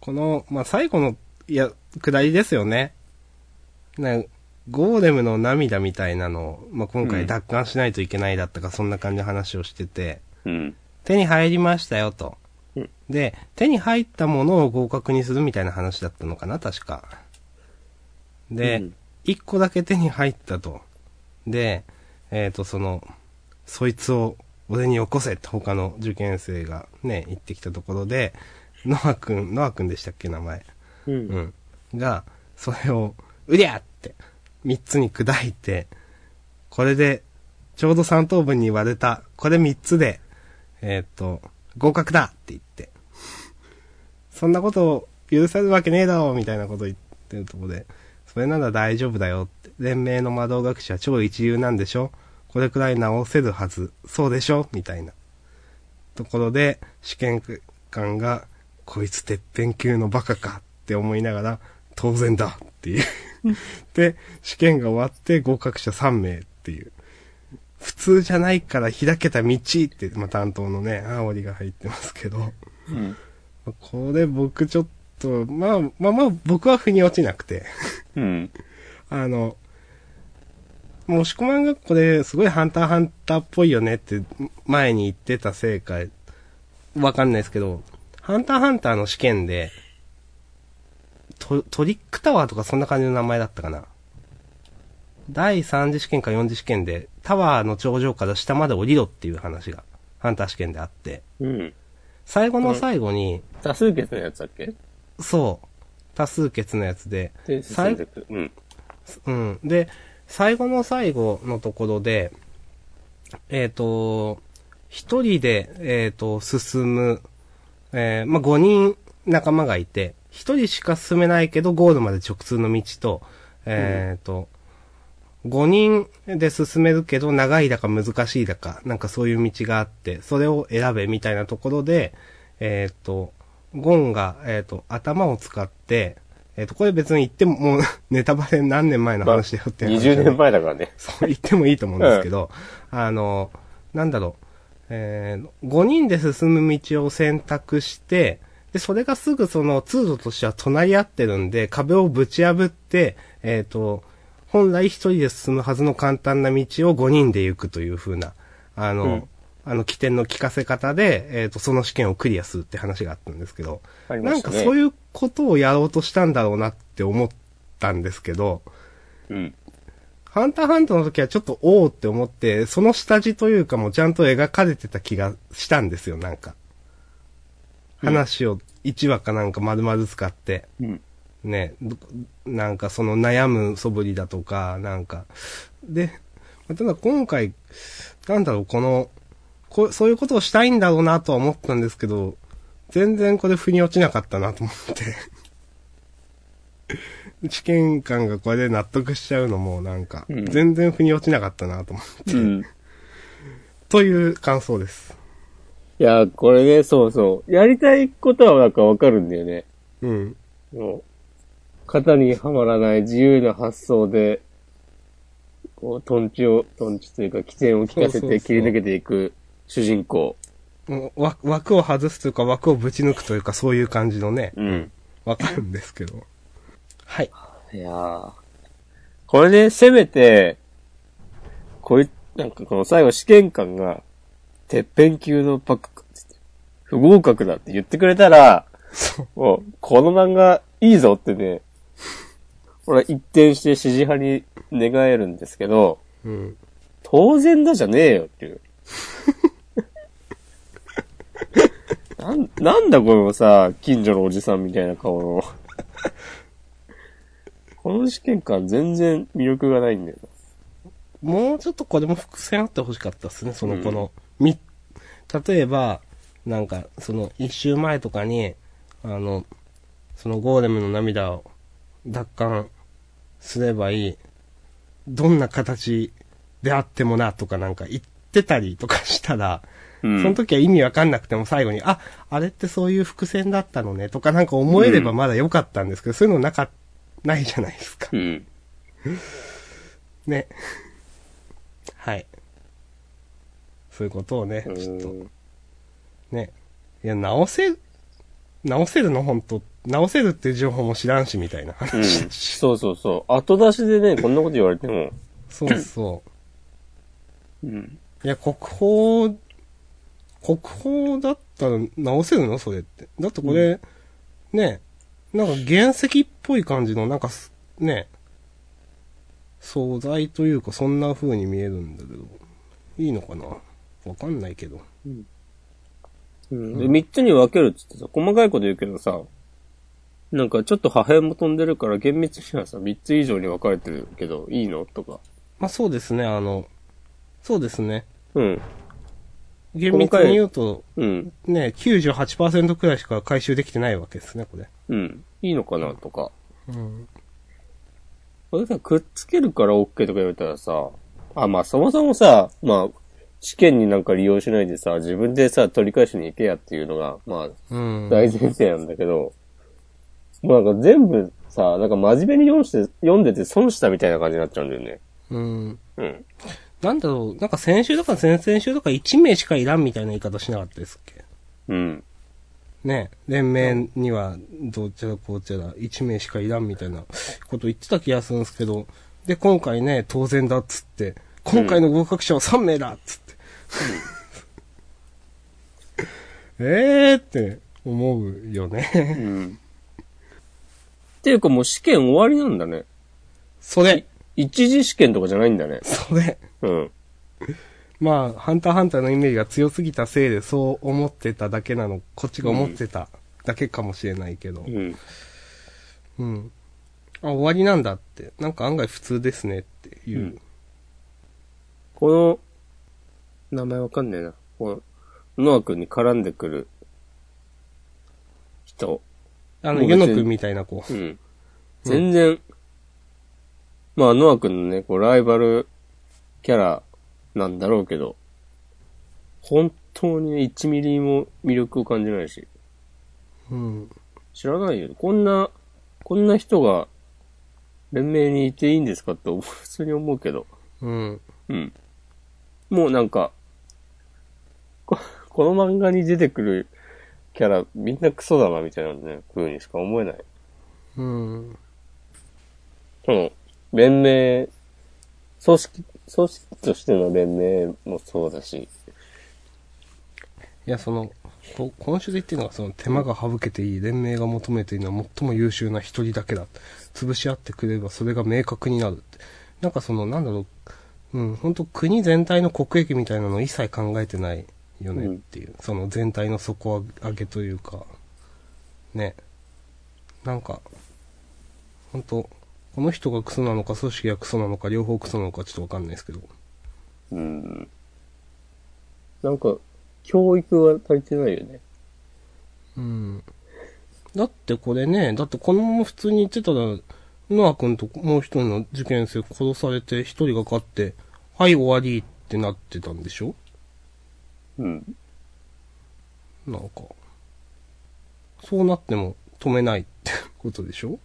Speaker 1: この、まあ最後の、いや、下りですよね。なゴーレムの涙みたいなのを、まあ今
Speaker 2: う
Speaker 1: 回
Speaker 2: ん
Speaker 1: 奪還しないといけないだったか、そんな感じの話をしてて、
Speaker 2: うん。
Speaker 1: 手に入りましたよと
Speaker 2: うん。
Speaker 1: で、手に入ったものを合格にするみたいな話だったのかな、確か。で、
Speaker 2: うん
Speaker 1: 一個だけ手に入ったと。で、えっ、と、その、そいつを俺によこせって他の受験生がね、言ってきたところで、ノアくん、ノアくんでしたっけ、名前。う
Speaker 2: う。
Speaker 1: んん。が、それを、うりゃって、三つに砕いて、これで、ちょうど三等分に割れた、これ三つで、えーっと、合格だって言って、そんなことを許されるわけねえだろうみたいなこと言ってるとこで、それなら大丈夫だよって、連盟の魔導学者超一流なんでしょこれくらい直せるはず、そうでしょみたいな。ところで、試験官が、こいつてっぺん級のバカかって思いながら、当然だっていう。 [LAUGHS] で、試験が終わって合格者3名っていう。普通じゃないから開けた道って、まあ、担当のね、煽りが入ってますけど。
Speaker 2: うん。
Speaker 1: これ僕ちょっと、まあ、まあまあ僕は腑に落ちなくて。
Speaker 2: うん。
Speaker 1: あの、もしこまんがこれすごいハンターハンターっぽいよねって前に言ってたせいか、わかんないですけど、ハンターハンターの試験で、トトリックタワーとかそんな感じの名前だったかな。第3次試験か4次試験で、タワーの頂上から下まで降りろっていう話が、ハンター試験であって、
Speaker 2: うん。
Speaker 1: 最後の最後に、
Speaker 2: 多数決のやつだっけ
Speaker 1: そう、多数決のやつで、
Speaker 2: で、進んでく。うん。
Speaker 1: うん。で、最後の最後のところで、えっ、と、一人で、えっ、と、進む、えーまあ、5人仲間がいて、一人しか進めないけど、ゴールまで直通の道と、えっ、と、5人で進めるけど、長いだか難しいだか、なんかそういう道があって、それを選べみたいなところで、えっ、と、ゴンが、えっ、と、頭を使って、えっ、と、これ別に言っても、もう、ネタバレ何年前の話だよって話
Speaker 2: 20年前だからね。
Speaker 1: そう言ってもいいと思うんですけど、あの、なんだろう、えー、5人で進む道を選択して、で、それがすぐその通路としては隣り合ってるんで、壁をぶち破って、えっ、と、本来一人で進むはずの簡単な道を5人で行くという風な、あの、
Speaker 2: うん
Speaker 1: あの、起点の聞かせ方で、えっ、と、その試験をクリアするって話があったんですけど、
Speaker 2: ありま
Speaker 1: なん
Speaker 2: した
Speaker 1: か
Speaker 2: ね。
Speaker 1: そう
Speaker 2: い
Speaker 1: いうことをやろうとしたんだろうなって思ったんですけど、
Speaker 2: う。うん。
Speaker 1: ハンターハンターの時はちょっとおーって思って、その下地というかもちゃんと描かれてた気がしたんですよ、なんか。
Speaker 2: うん
Speaker 1: 話を1話かなんか丸々使って、
Speaker 2: うん。
Speaker 1: ね、どなんかその悩む素振りだとか、なんか。で、まあただ今回、なんだろう、この、こうそういうことをしたいんだろうなとは思ったんですけど、全然これ腑に落ちなかったなと思って。 [LAUGHS] 試験官がこれで納得しちゃうのもなんか、
Speaker 2: うん
Speaker 1: 全然腑に落ちなかったなと思う。
Speaker 2: うん。
Speaker 1: という感想です。
Speaker 2: いや、これね、そうそう。やりたいことはなんかわかるんだよね。
Speaker 1: うん。
Speaker 2: もう、型にはまらない自由な発想で、こう、トンチを、トンチというか、起点を聞
Speaker 1: そ
Speaker 2: かせ
Speaker 1: うそうそう
Speaker 2: て切り抜けていく主人公。
Speaker 1: もうわ枠を外すというか枠をぶち抜くというかそういう感じのね、
Speaker 2: うん。
Speaker 1: わかるんですけど。はい。
Speaker 2: いやーこれで、せめて、こい、なんかこの最後試験官が、てっぺん級のバック、不合格だって言ってくれたら、
Speaker 1: そう。
Speaker 2: もう、この漫画いいぞってね、俺は一転して支持派に願えるんですけど、
Speaker 1: うん。
Speaker 2: 当然だじゃねえよっていう。 [LAUGHS] なん、なんだこのさ、近所のおじさんみたいな顔の。この試験官全然魅力がないんだよ
Speaker 1: もうちょっとこれも伏線あってほしかったですね、そのこの、み、例えば、なんか、その、一周前とかに、あの、そのゴーレムの涙を奪還すればいい。どんな形であってもな、とかなんか言ってたりとかしたら、
Speaker 2: な。う
Speaker 1: その時は意味わかんなくても最後に、あ、あれってそういう伏線だったのね、とかなんか思えればまだ良かったんですけど、そういうのなか、ないじゃないですか。
Speaker 2: うん。
Speaker 1: ね。はい。そういうことをね、
Speaker 2: う
Speaker 1: ちょっと、
Speaker 2: ん。
Speaker 1: ね。いや、直せ、直せるの本当直せるっていう情報も知らんし、みたいな
Speaker 2: うん
Speaker 1: 話だし。
Speaker 2: そうそうそう。後出しでね、こんなこと言われても。
Speaker 1: そうそう。
Speaker 2: うん。
Speaker 1: いや、国宝、国宝だったら直せるのそれって。だってこれ、ね、なんか原石っぽい感じの、なんかす、ね、素材というかそんな風に見えるんだけど、いいのかなわかんないけど。
Speaker 2: で、三つに分けるっつってさ、細かいこと言うけどさ、なんかちょっと破片も飛んでるから厳密にはさ、三つ以上に分かれてるけど、いいのとか。
Speaker 1: まあそうですね、あの、そうですね。
Speaker 2: うん。
Speaker 1: 厳密に言うと、
Speaker 2: うん。
Speaker 1: ね、98%くらいしか回収できてないわけですね、これ。
Speaker 2: うん。いいのかなとか。
Speaker 1: うん。
Speaker 2: これさ、くっつけるから OK とか言われたらさ、あ、まあそもそもさ、まあ、試験になんか利用しないでさ、自分でさ、取り返しに行けやっていうのが、まあ、
Speaker 1: うん。
Speaker 2: 大前提なんだけど、もうなんか全部さ、なんか真面目に読んで、読んでて損したみたいな感じになっちゃうんだよね。
Speaker 1: うん。
Speaker 2: うん。
Speaker 1: なんだろう、なんか先週とか先々週とか1名しかいらんみたいな言い方しなかったですっけ
Speaker 2: うん。
Speaker 1: ね、連盟にはどうちゃらこうちゃら1名しかいらんみたいなこと言ってた気がするんですけど、で、今回ね、当然だっつって、今回の合格者は3名だっつって。 [LAUGHS] えーって思うよね。
Speaker 2: うん。っていうかもう試験終わりなんだね。
Speaker 1: それ、
Speaker 2: 一次試験とかじゃないんだね。
Speaker 1: それ。
Speaker 2: うん。
Speaker 1: まあ、ハンターハンターのイメージが強すぎたせいでそう思ってただけなの、こっちが思ってただけかもしれないけど。
Speaker 2: うん。
Speaker 1: うん。あ、終わりなんだって。なんか案外普通ですねっていう。
Speaker 2: うんこの、名前わかんねえな。この、ノア君に絡んでくる人。
Speaker 1: あの、
Speaker 2: もう
Speaker 1: ユ
Speaker 2: 別に
Speaker 1: ノ君みたいな子
Speaker 2: う。ん。全然、まあ、ノア君のね、こう、ライバルキャラなんだろうけど、本当にね、1ミリも魅力を感じないし。
Speaker 1: うん。
Speaker 2: 知らないよ。こんな、こんな人が、連盟にいていいんですかって思う、普通に思うけど。
Speaker 1: うん。
Speaker 2: うん。もうなんか、ここの漫画に出てくるキャラ、みんなクソだな、みたいなね、風にしか思えない。
Speaker 1: うん。
Speaker 2: その、連盟、組織、組織としての連盟もそうだし、
Speaker 1: いや、その、こ今週で言ってるのが、その、手間が省けていい、連盟が求めているのは最も優秀な一人だけだ。潰し合ってくれれば、それが明確になるって。なんかその、なんだろう、うん、本当国全体の国益みたいなのを一切考えてないよねっていう。その全体の底上げというか、ね。なんか、本当この人がクソなのか、組織がクソなのか、両方クソなのか、ちょっとわかんないですけど。
Speaker 2: うん。なんか、教育が足りてないよね。
Speaker 1: うん。だってこれね、だってこのまま普通に言ってたら、ノア君ともう一人の受験生殺されて、一人が勝って、はい終わりってなってたんでしょ
Speaker 2: うん。
Speaker 1: なんか、そうなっても止めないってことでしょ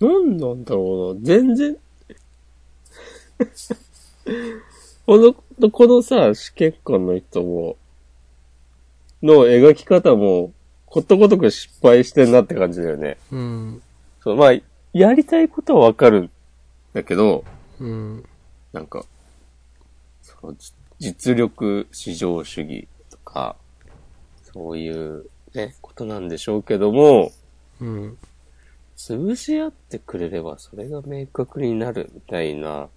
Speaker 2: なんなんだろうな。全然。 [LAUGHS] この、このさ、試験官の人も、の描き方も、ことごとく失敗してんなって感じだよね。
Speaker 1: うん。
Speaker 2: そう、まあ、やりたいことはわかるんだけど、
Speaker 1: うん。
Speaker 2: なんか、そのじ実力至上主義とか、そういうね、ことなんでしょうけども、
Speaker 1: うん。
Speaker 2: 潰し合ってくれればそれが明確になるみたいな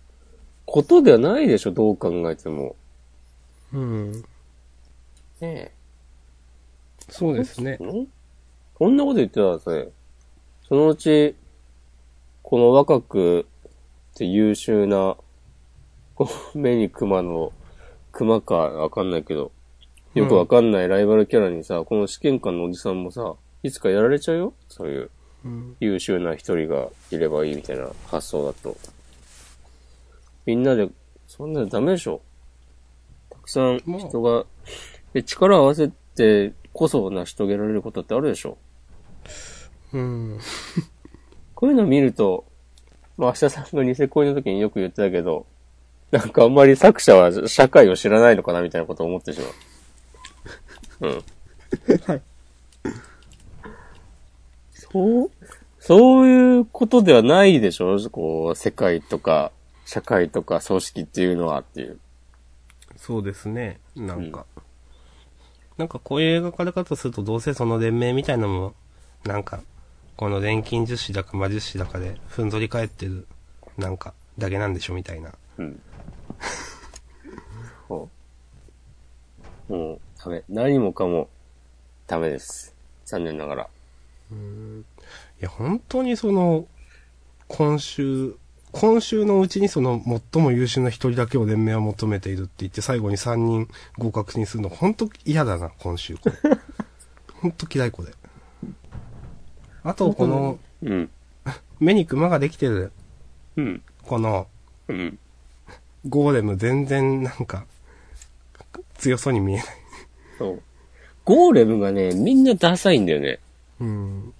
Speaker 2: ことではないでしょ、どう考えても。
Speaker 1: うん。
Speaker 2: ね
Speaker 1: そうですね
Speaker 2: え。。んそんなこと言ってたらさ、そのうち、この若くて優秀な、こう目に熊の、熊かわかんないけど、よくわかんないライバルキャラにさ、この試験官のおじさんもさ、いつかやられちゃうよそういう
Speaker 1: うん。
Speaker 2: 優秀な一人がいればいいみたいな発想だと。みんなで、そんなのダメでしょ。たくさん人が、で力を合わせてこそ成し遂げられることってあるでしょ。
Speaker 1: うん。
Speaker 2: こういうの見ると、まあ、明日さんがニセ恋の時によく言ってたけど、なんかあんまり作者は社会を知らないのかなみたいなことを思ってしまう。うん。そう、そういうことではないでしょこう、世界とか、社会とか組織っていうのはっていう。
Speaker 1: そうですね。なんか。なんかこういう描かれ方するとどうせその連盟みたいなのも、なんか、この錬金術師だか魔術師だかでふんぞり返ってる、なんか、だけなんでしょみたいな。
Speaker 2: [LAUGHS] うん。そうもう、ダメ。何もかも、ダメです。残念ながら。
Speaker 1: いや、本当にその、今週、今週のうちにその最も優秀な一人だけを連盟は求めているって言って最後に3人合格にするの本当嫌だな、今週これ。本当嫌いこれ。あと、この、
Speaker 2: うん。
Speaker 1: 目にクマができてる、
Speaker 2: うん。
Speaker 1: この、
Speaker 2: うん。
Speaker 1: ゴーレム全然なんか、強そうに見えない。
Speaker 2: そう。ゴーレムがね、みんなダサいんだよね。
Speaker 1: うん。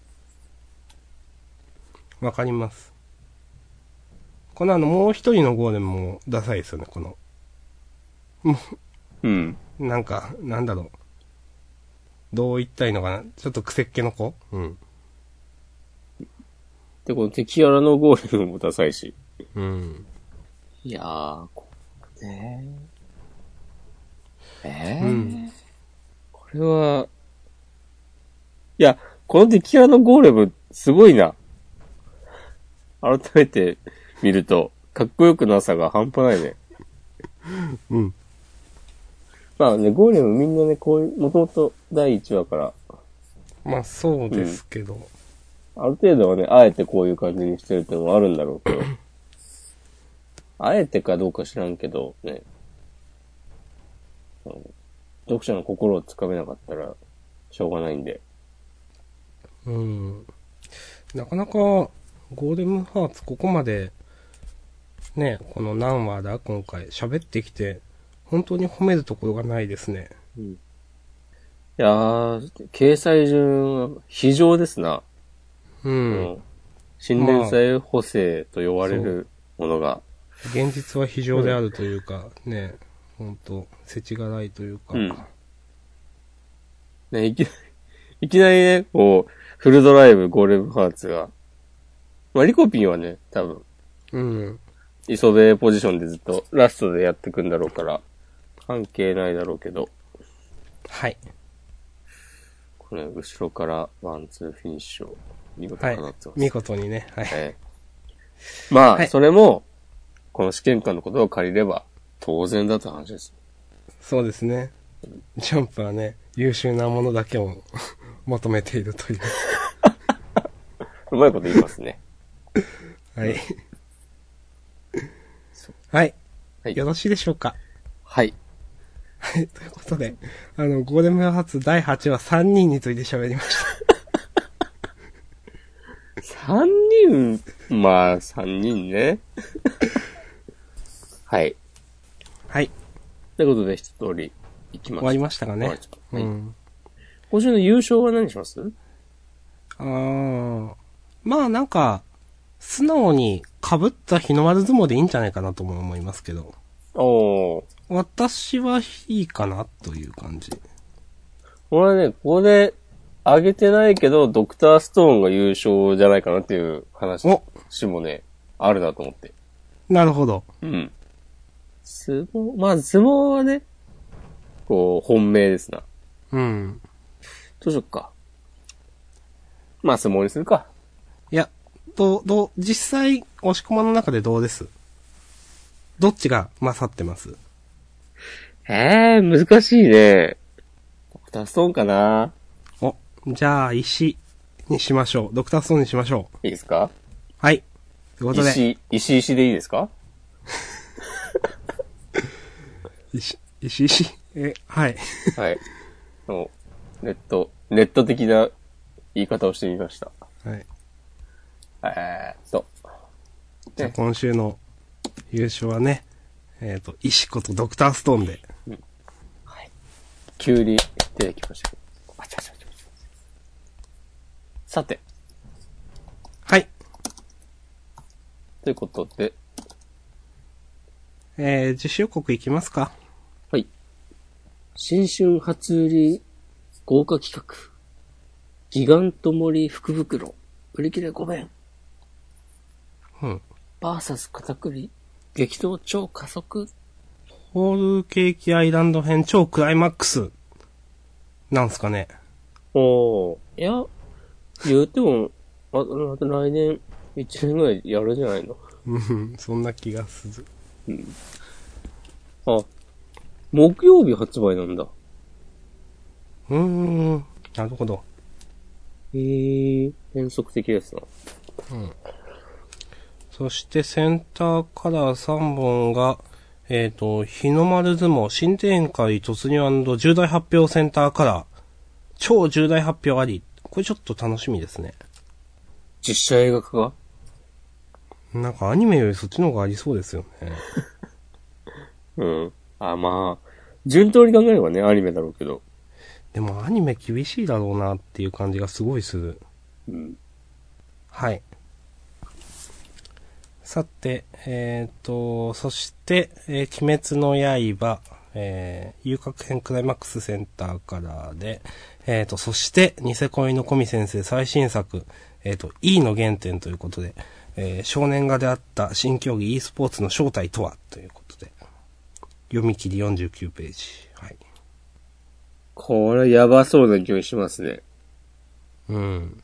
Speaker 1: わかります。このあの、もう一人のゴーレムもダサいですよね、この。
Speaker 2: うん。
Speaker 1: なんか、なんだろう。どう言ったらいいのかなちょっと癖っ気の子うん。
Speaker 2: で、この敵キャラのゴーレムもダサいし。
Speaker 1: うん。
Speaker 2: いやー、こねえー
Speaker 1: うん
Speaker 2: これは、いや、この敵キャラのゴーレム、すごいな。改めて見ると、かっこよくなさが半端ないね。
Speaker 1: うん。
Speaker 2: まあね、ゴーレムみんなね、こういう、もともと第1話から、
Speaker 1: まあ、そうですけど。
Speaker 2: ある程度はね、あえてこういう感じにしてるってのもあるんだろうけど。あえてかどうか知らんけど、ね。あの読者の心をつかめなかったら、しょうがないんで。
Speaker 1: うん。なかなか、ゴーレムハーツここまで、ね、この何話だ今回喋ってきて、本当に褒めるところがないですね。
Speaker 2: いやー、掲載順は非常ですな。
Speaker 1: う。。
Speaker 2: うん新連載補正と呼ばれるものが。
Speaker 1: 現実は非常であるというか、ね、本当世知辛いというか。
Speaker 2: うんね、いき、いきなりね、こう、フルドライブ、ゴーレムハーツが。まあ、リコピンはね、多分、
Speaker 1: うん。
Speaker 2: 磯部ポジションでずっとラストでやってくんだろうから、関係ないだろうけど、
Speaker 1: はい。
Speaker 2: これ、後ろからワン、ツーフィニッシュを見事
Speaker 1: は
Speaker 2: に
Speaker 1: い
Speaker 2: 放ってます。。
Speaker 1: 見事にね。はい。
Speaker 2: ええまあ、
Speaker 1: はい
Speaker 2: それも、この試験官のことを借りれば、当然だって話です。
Speaker 1: そうですね。ジャンプはね、優秀なものだけを [LAUGHS] 求めているという。
Speaker 2: うまいこと言いますね。
Speaker 1: はい。はい。
Speaker 2: はい
Speaker 1: よろしいでしょうか
Speaker 2: はい。
Speaker 1: はい、ということで、あの、ゴーレム発第8話3人について喋りました。
Speaker 2: 三人、まあ、三人ね。 [LAUGHS] はい。
Speaker 1: はい、
Speaker 2: ということで、一通り、いきま
Speaker 1: 終わり
Speaker 2: し
Speaker 1: ましたか
Speaker 2: 終わ
Speaker 1: ね
Speaker 2: りまし。た
Speaker 1: う
Speaker 2: はい
Speaker 1: ん。
Speaker 2: 今週の優勝は何します
Speaker 1: あーまあなんか、素直に被った日の丸相撲でいいんじゃないかなとも思いますけど、
Speaker 2: おー。
Speaker 1: 私はいいかなという感じ。
Speaker 2: 俺はね、ここで、上げてないけど、ドクターストーンが優勝じゃないかなっていう話
Speaker 1: お
Speaker 2: もね、あるなと思って。
Speaker 1: なるほど。
Speaker 2: うん。相撲、まあ相撲はね、こう、本命ですな。
Speaker 1: うん。
Speaker 2: どうしよっか。まあ相撲にするか。
Speaker 1: いや、どう、どう、実際、押し込まの中でどうですどっちが勝ってます
Speaker 2: ええ難しいね。ドクターストーンかな
Speaker 1: お、じゃあ、石にしましょう。ドクターストーンにしましょう。
Speaker 2: いいですか
Speaker 1: はい。ということで、
Speaker 2: 石、石石でいいですか
Speaker 1: 石、石、石、え、はい。
Speaker 2: [LAUGHS] はい。のネット、ネット的な言い方をしてみました。
Speaker 1: はい。
Speaker 2: えーっと。
Speaker 1: じゃあ今週の優勝はね、えっ、と、石子とドクターストーンで。
Speaker 2: 急に出てきましたけど。あちゃちゃちゃちゃさて、
Speaker 1: はい。
Speaker 2: ということで、
Speaker 1: えー、自主予告いきますか。
Speaker 2: はい。新春初売り豪華企画。ギガント森福袋。売り切れ5弁。
Speaker 1: うん。
Speaker 2: バーサス片栗。激闘超加速。
Speaker 1: ホールケーキアイランド編超クライマックス。なんすかね。
Speaker 2: おお。いや、言うても、ああと来年、1年ぐらいやるんじゃないの
Speaker 1: うん、そんな気がする。
Speaker 2: あ、木曜日発売なんだ。
Speaker 1: うーん、なるほど。
Speaker 2: へえ、変則的ですな。
Speaker 1: そしてセンターカラー3本が、えっ、と、日の丸相撲新展開突入重大発表センターカラー。超重大発表あり。これちょっと楽しみですね。
Speaker 2: 実写映画化が
Speaker 1: なんかアニメよりそっちの方がありそうですよね。
Speaker 2: うん。あ、まあ、順当に考えればね、アニメだろうけど。
Speaker 1: でもアニメ厳しいだろうなっていう感じがすごいする。
Speaker 2: うん。
Speaker 1: はい。さて、えっ、と、そして、えー鬼滅の刃、えー、遊郭編クライマックスセンターカラーで、えっ、と、そして、ニセ恋のコミ先生最新作、えっ、と、E の原点ということで、えー少年が出会った新競技 e スポーツの正体とはということで、読み切り49ページ。はい。
Speaker 2: これやばそうな気がしますね。
Speaker 1: うん。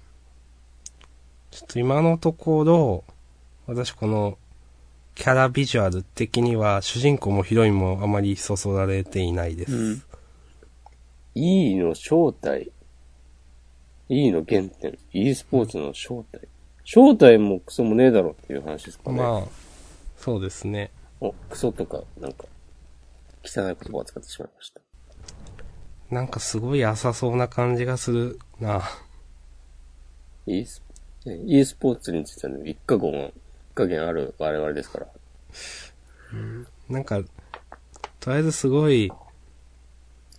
Speaker 1: ちょっと今のところ、私この、キャラビジュアル的には、主人公もヒロインもあまりそそられていないです。
Speaker 2: ん。E の正体。E の原点。e スポーツの正体。正体もクソもねえだろっていう話ですかね。
Speaker 1: まあ、そうですね。
Speaker 2: お、クソとか、なんか、汚い言葉を使ってしまいました。
Speaker 1: なんかすごい浅そうな感じがするな。
Speaker 2: e スね e スポーツについてはね、一過言、一過言ある我々ですから。
Speaker 1: なんか、とりあえずすごい、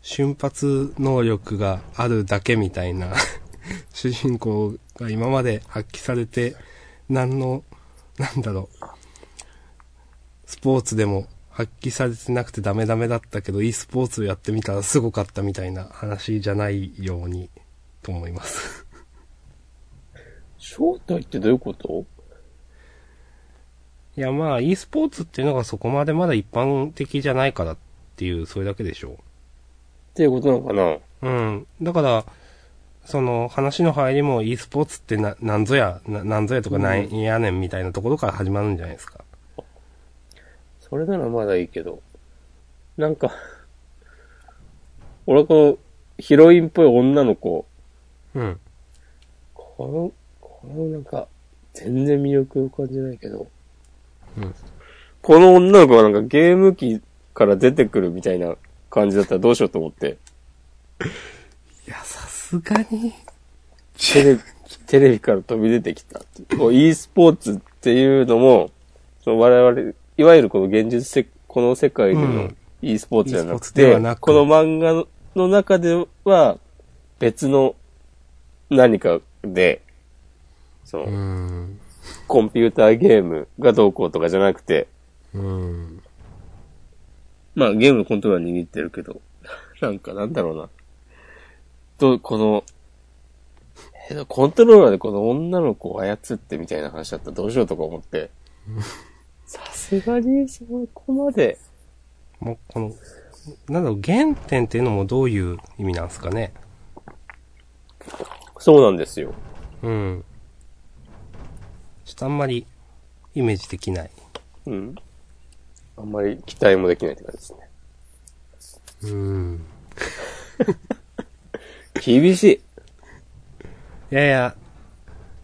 Speaker 1: 瞬発能力があるだけみたいな、 [LAUGHS] 主人公が今まで発揮されて、何の、なんだろう、スポーツでも発揮されてなくてダメダメだったけど、e スポーツをやってみたらすごかったみたいな話じゃないように、と思います。
Speaker 2: 正体ってどういうこと
Speaker 1: いやまあ、e スポーツっていうのがそこまでまだ一般的じゃないからっていう、それだけでしょう。
Speaker 2: っていうことなのかな
Speaker 1: うん。だから、その話の入りも e スポーツってな、なんぞや、ななんぞやとかなんやねんみたいなところから始まるんじゃないですか。
Speaker 2: それならまだいいけど。なんか、俺はこの、ヒロインっぽい女の子、
Speaker 1: うん。
Speaker 2: この、このなんか、全然魅力を感じないけど。
Speaker 1: うん
Speaker 2: この女の子はなんかゲーム機から出てくるみたいな感じだったらどうしようと思って。
Speaker 1: いや、さすがに。
Speaker 2: テレビ、テレビから飛び出てきたっていう。こう e スポーツっていうのも、その我々、いわゆるこの現実世、この世界で
Speaker 1: う
Speaker 2: の
Speaker 1: ん
Speaker 2: e スポーツじゃなく
Speaker 1: e スポーツで
Speaker 2: て、
Speaker 1: はなく
Speaker 2: この漫画の中では、別の何かで、その、
Speaker 1: うん。
Speaker 2: コンピューターゲームがどうこうとかじゃなくて、
Speaker 1: うん。
Speaker 2: まあゲームのコントローラー握ってるけど、 [LAUGHS] なんかなんだろうな。と、この、えーコントローラーでこの女の子を操ってみたいな話だったらどうしようとか思 [LAUGHS] って。さすがにそこまで。
Speaker 1: もう、この、なんだろう、原点っていうのもどういう意味なんですかね。
Speaker 2: そうなんですよ。
Speaker 1: うん。ちょっとあんまり、イメージできない。
Speaker 2: うん。あんまり期待もできないって感じですね。
Speaker 1: うん。
Speaker 2: [LAUGHS] 厳しい。
Speaker 1: いやいや、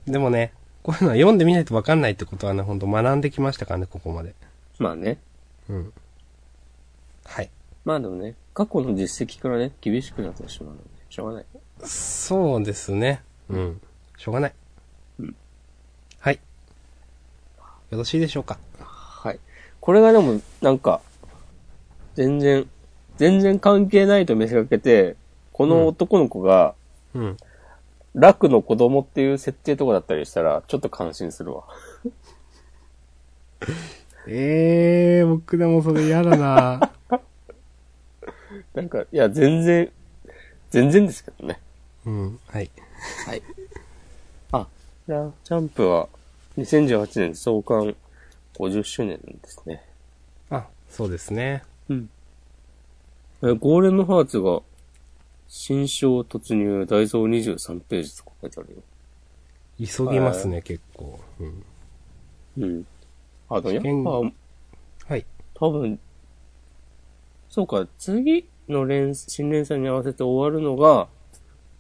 Speaker 1: でもね、こういうのは読んでみないとわかんないってことはね、ほんと学んできましたからね、ここまで。
Speaker 2: まあね。
Speaker 1: うん。はい。
Speaker 2: まあでもね、過去の実績からね、厳しくなってしまうので、しょうがない。
Speaker 1: そうですね。うん。しょうがない。
Speaker 2: うん
Speaker 1: はい。よろしいでしょうか。
Speaker 2: はい。これがでも、なんか、全然、全然関係ないと見せかけて、この男の子が、
Speaker 1: うん。
Speaker 2: ラクの子供っていう設定とかだったりしたら、ちょっと感心するわ。 [LAUGHS]
Speaker 1: ええー、僕でもそれ嫌だな
Speaker 2: なんか、いや、全然、全然ですけどね。
Speaker 1: [LAUGHS] うん。はい。
Speaker 2: はい。あ、じゃあ、ジャンプは、2018年創刊50周年ですね。
Speaker 1: あ、そうですね。
Speaker 2: うん。え、ゴーレムハーツが、新章突入、大蔵23ページとか書いてあるよ。
Speaker 1: 急ぎますね、結構。うん。
Speaker 2: うん。あ、でもや
Speaker 1: 試験
Speaker 2: っ
Speaker 1: はい。
Speaker 2: ぱ、多分、そうか、次の連、新連載に合わせて終わるのが、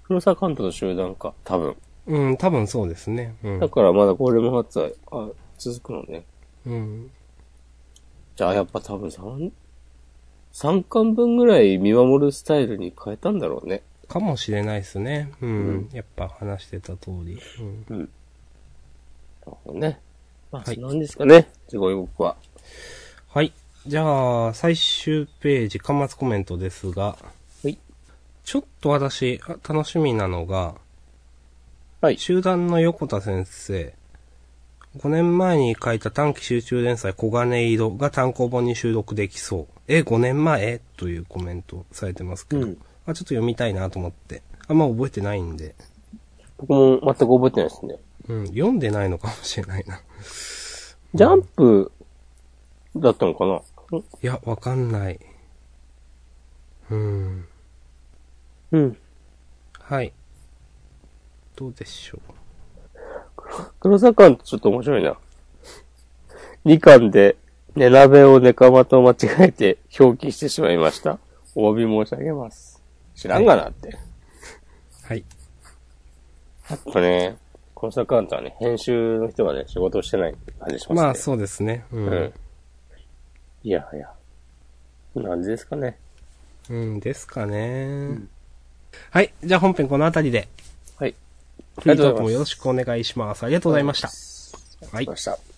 Speaker 2: 黒沢監督の集団か、多分。
Speaker 1: うん、多分そうですね。うん
Speaker 2: だ。からまだゴーレムハーツは、あ、続くのね。
Speaker 1: うん。
Speaker 2: じゃあやっぱ多分3、3巻分ぐらい見守るスタイルに変えたんだろうね。
Speaker 1: かもしれないですね。うん。
Speaker 2: うん
Speaker 1: やっぱ話してた通り。うん。
Speaker 2: うん。なるほどね。まあ、
Speaker 1: はい
Speaker 2: そんなんですかね。すごい僕は。
Speaker 1: はい。じゃあ、最終ページ、端末コメントですが、
Speaker 2: はい。
Speaker 1: ちょっと私、あ楽しみなのが、
Speaker 2: はい。
Speaker 1: 集団の横田先生、5年前に書いた短期集中連載黄金色が単行本に収録できそう。え、5年前というコメントされてますけど、
Speaker 2: うん
Speaker 1: あちょっと読みたいなと思って、あんま覚えてないんで、
Speaker 2: 僕も全く覚えてないですね。
Speaker 1: うん、読んでないのかもしれないな。
Speaker 2: ジャンプだったのかない
Speaker 1: や、わかんない。うん。
Speaker 2: うん。
Speaker 1: はい。どうでしょう。
Speaker 2: 黒沢館ちょっと面白いな。2巻で、寝鍋を寝かまと間違えて表記してしまいました。お詫び申し上げます。知らんがなって。
Speaker 1: はい。
Speaker 2: やっぱね、黒沢館とはね、編集の人がね、仕事をしてない感じしますね。
Speaker 1: まあ、そうですね。う
Speaker 2: うんん。。いやはや。なんですかね。
Speaker 1: うん、ですかね、はい。じゃあ本編この辺りで、
Speaker 2: はい。あ
Speaker 1: フリー
Speaker 2: りが
Speaker 1: トー
Speaker 2: とう
Speaker 1: ク
Speaker 2: ございます
Speaker 1: もよろしくお願いします。ありがとうございました。
Speaker 2: ありがとうございました。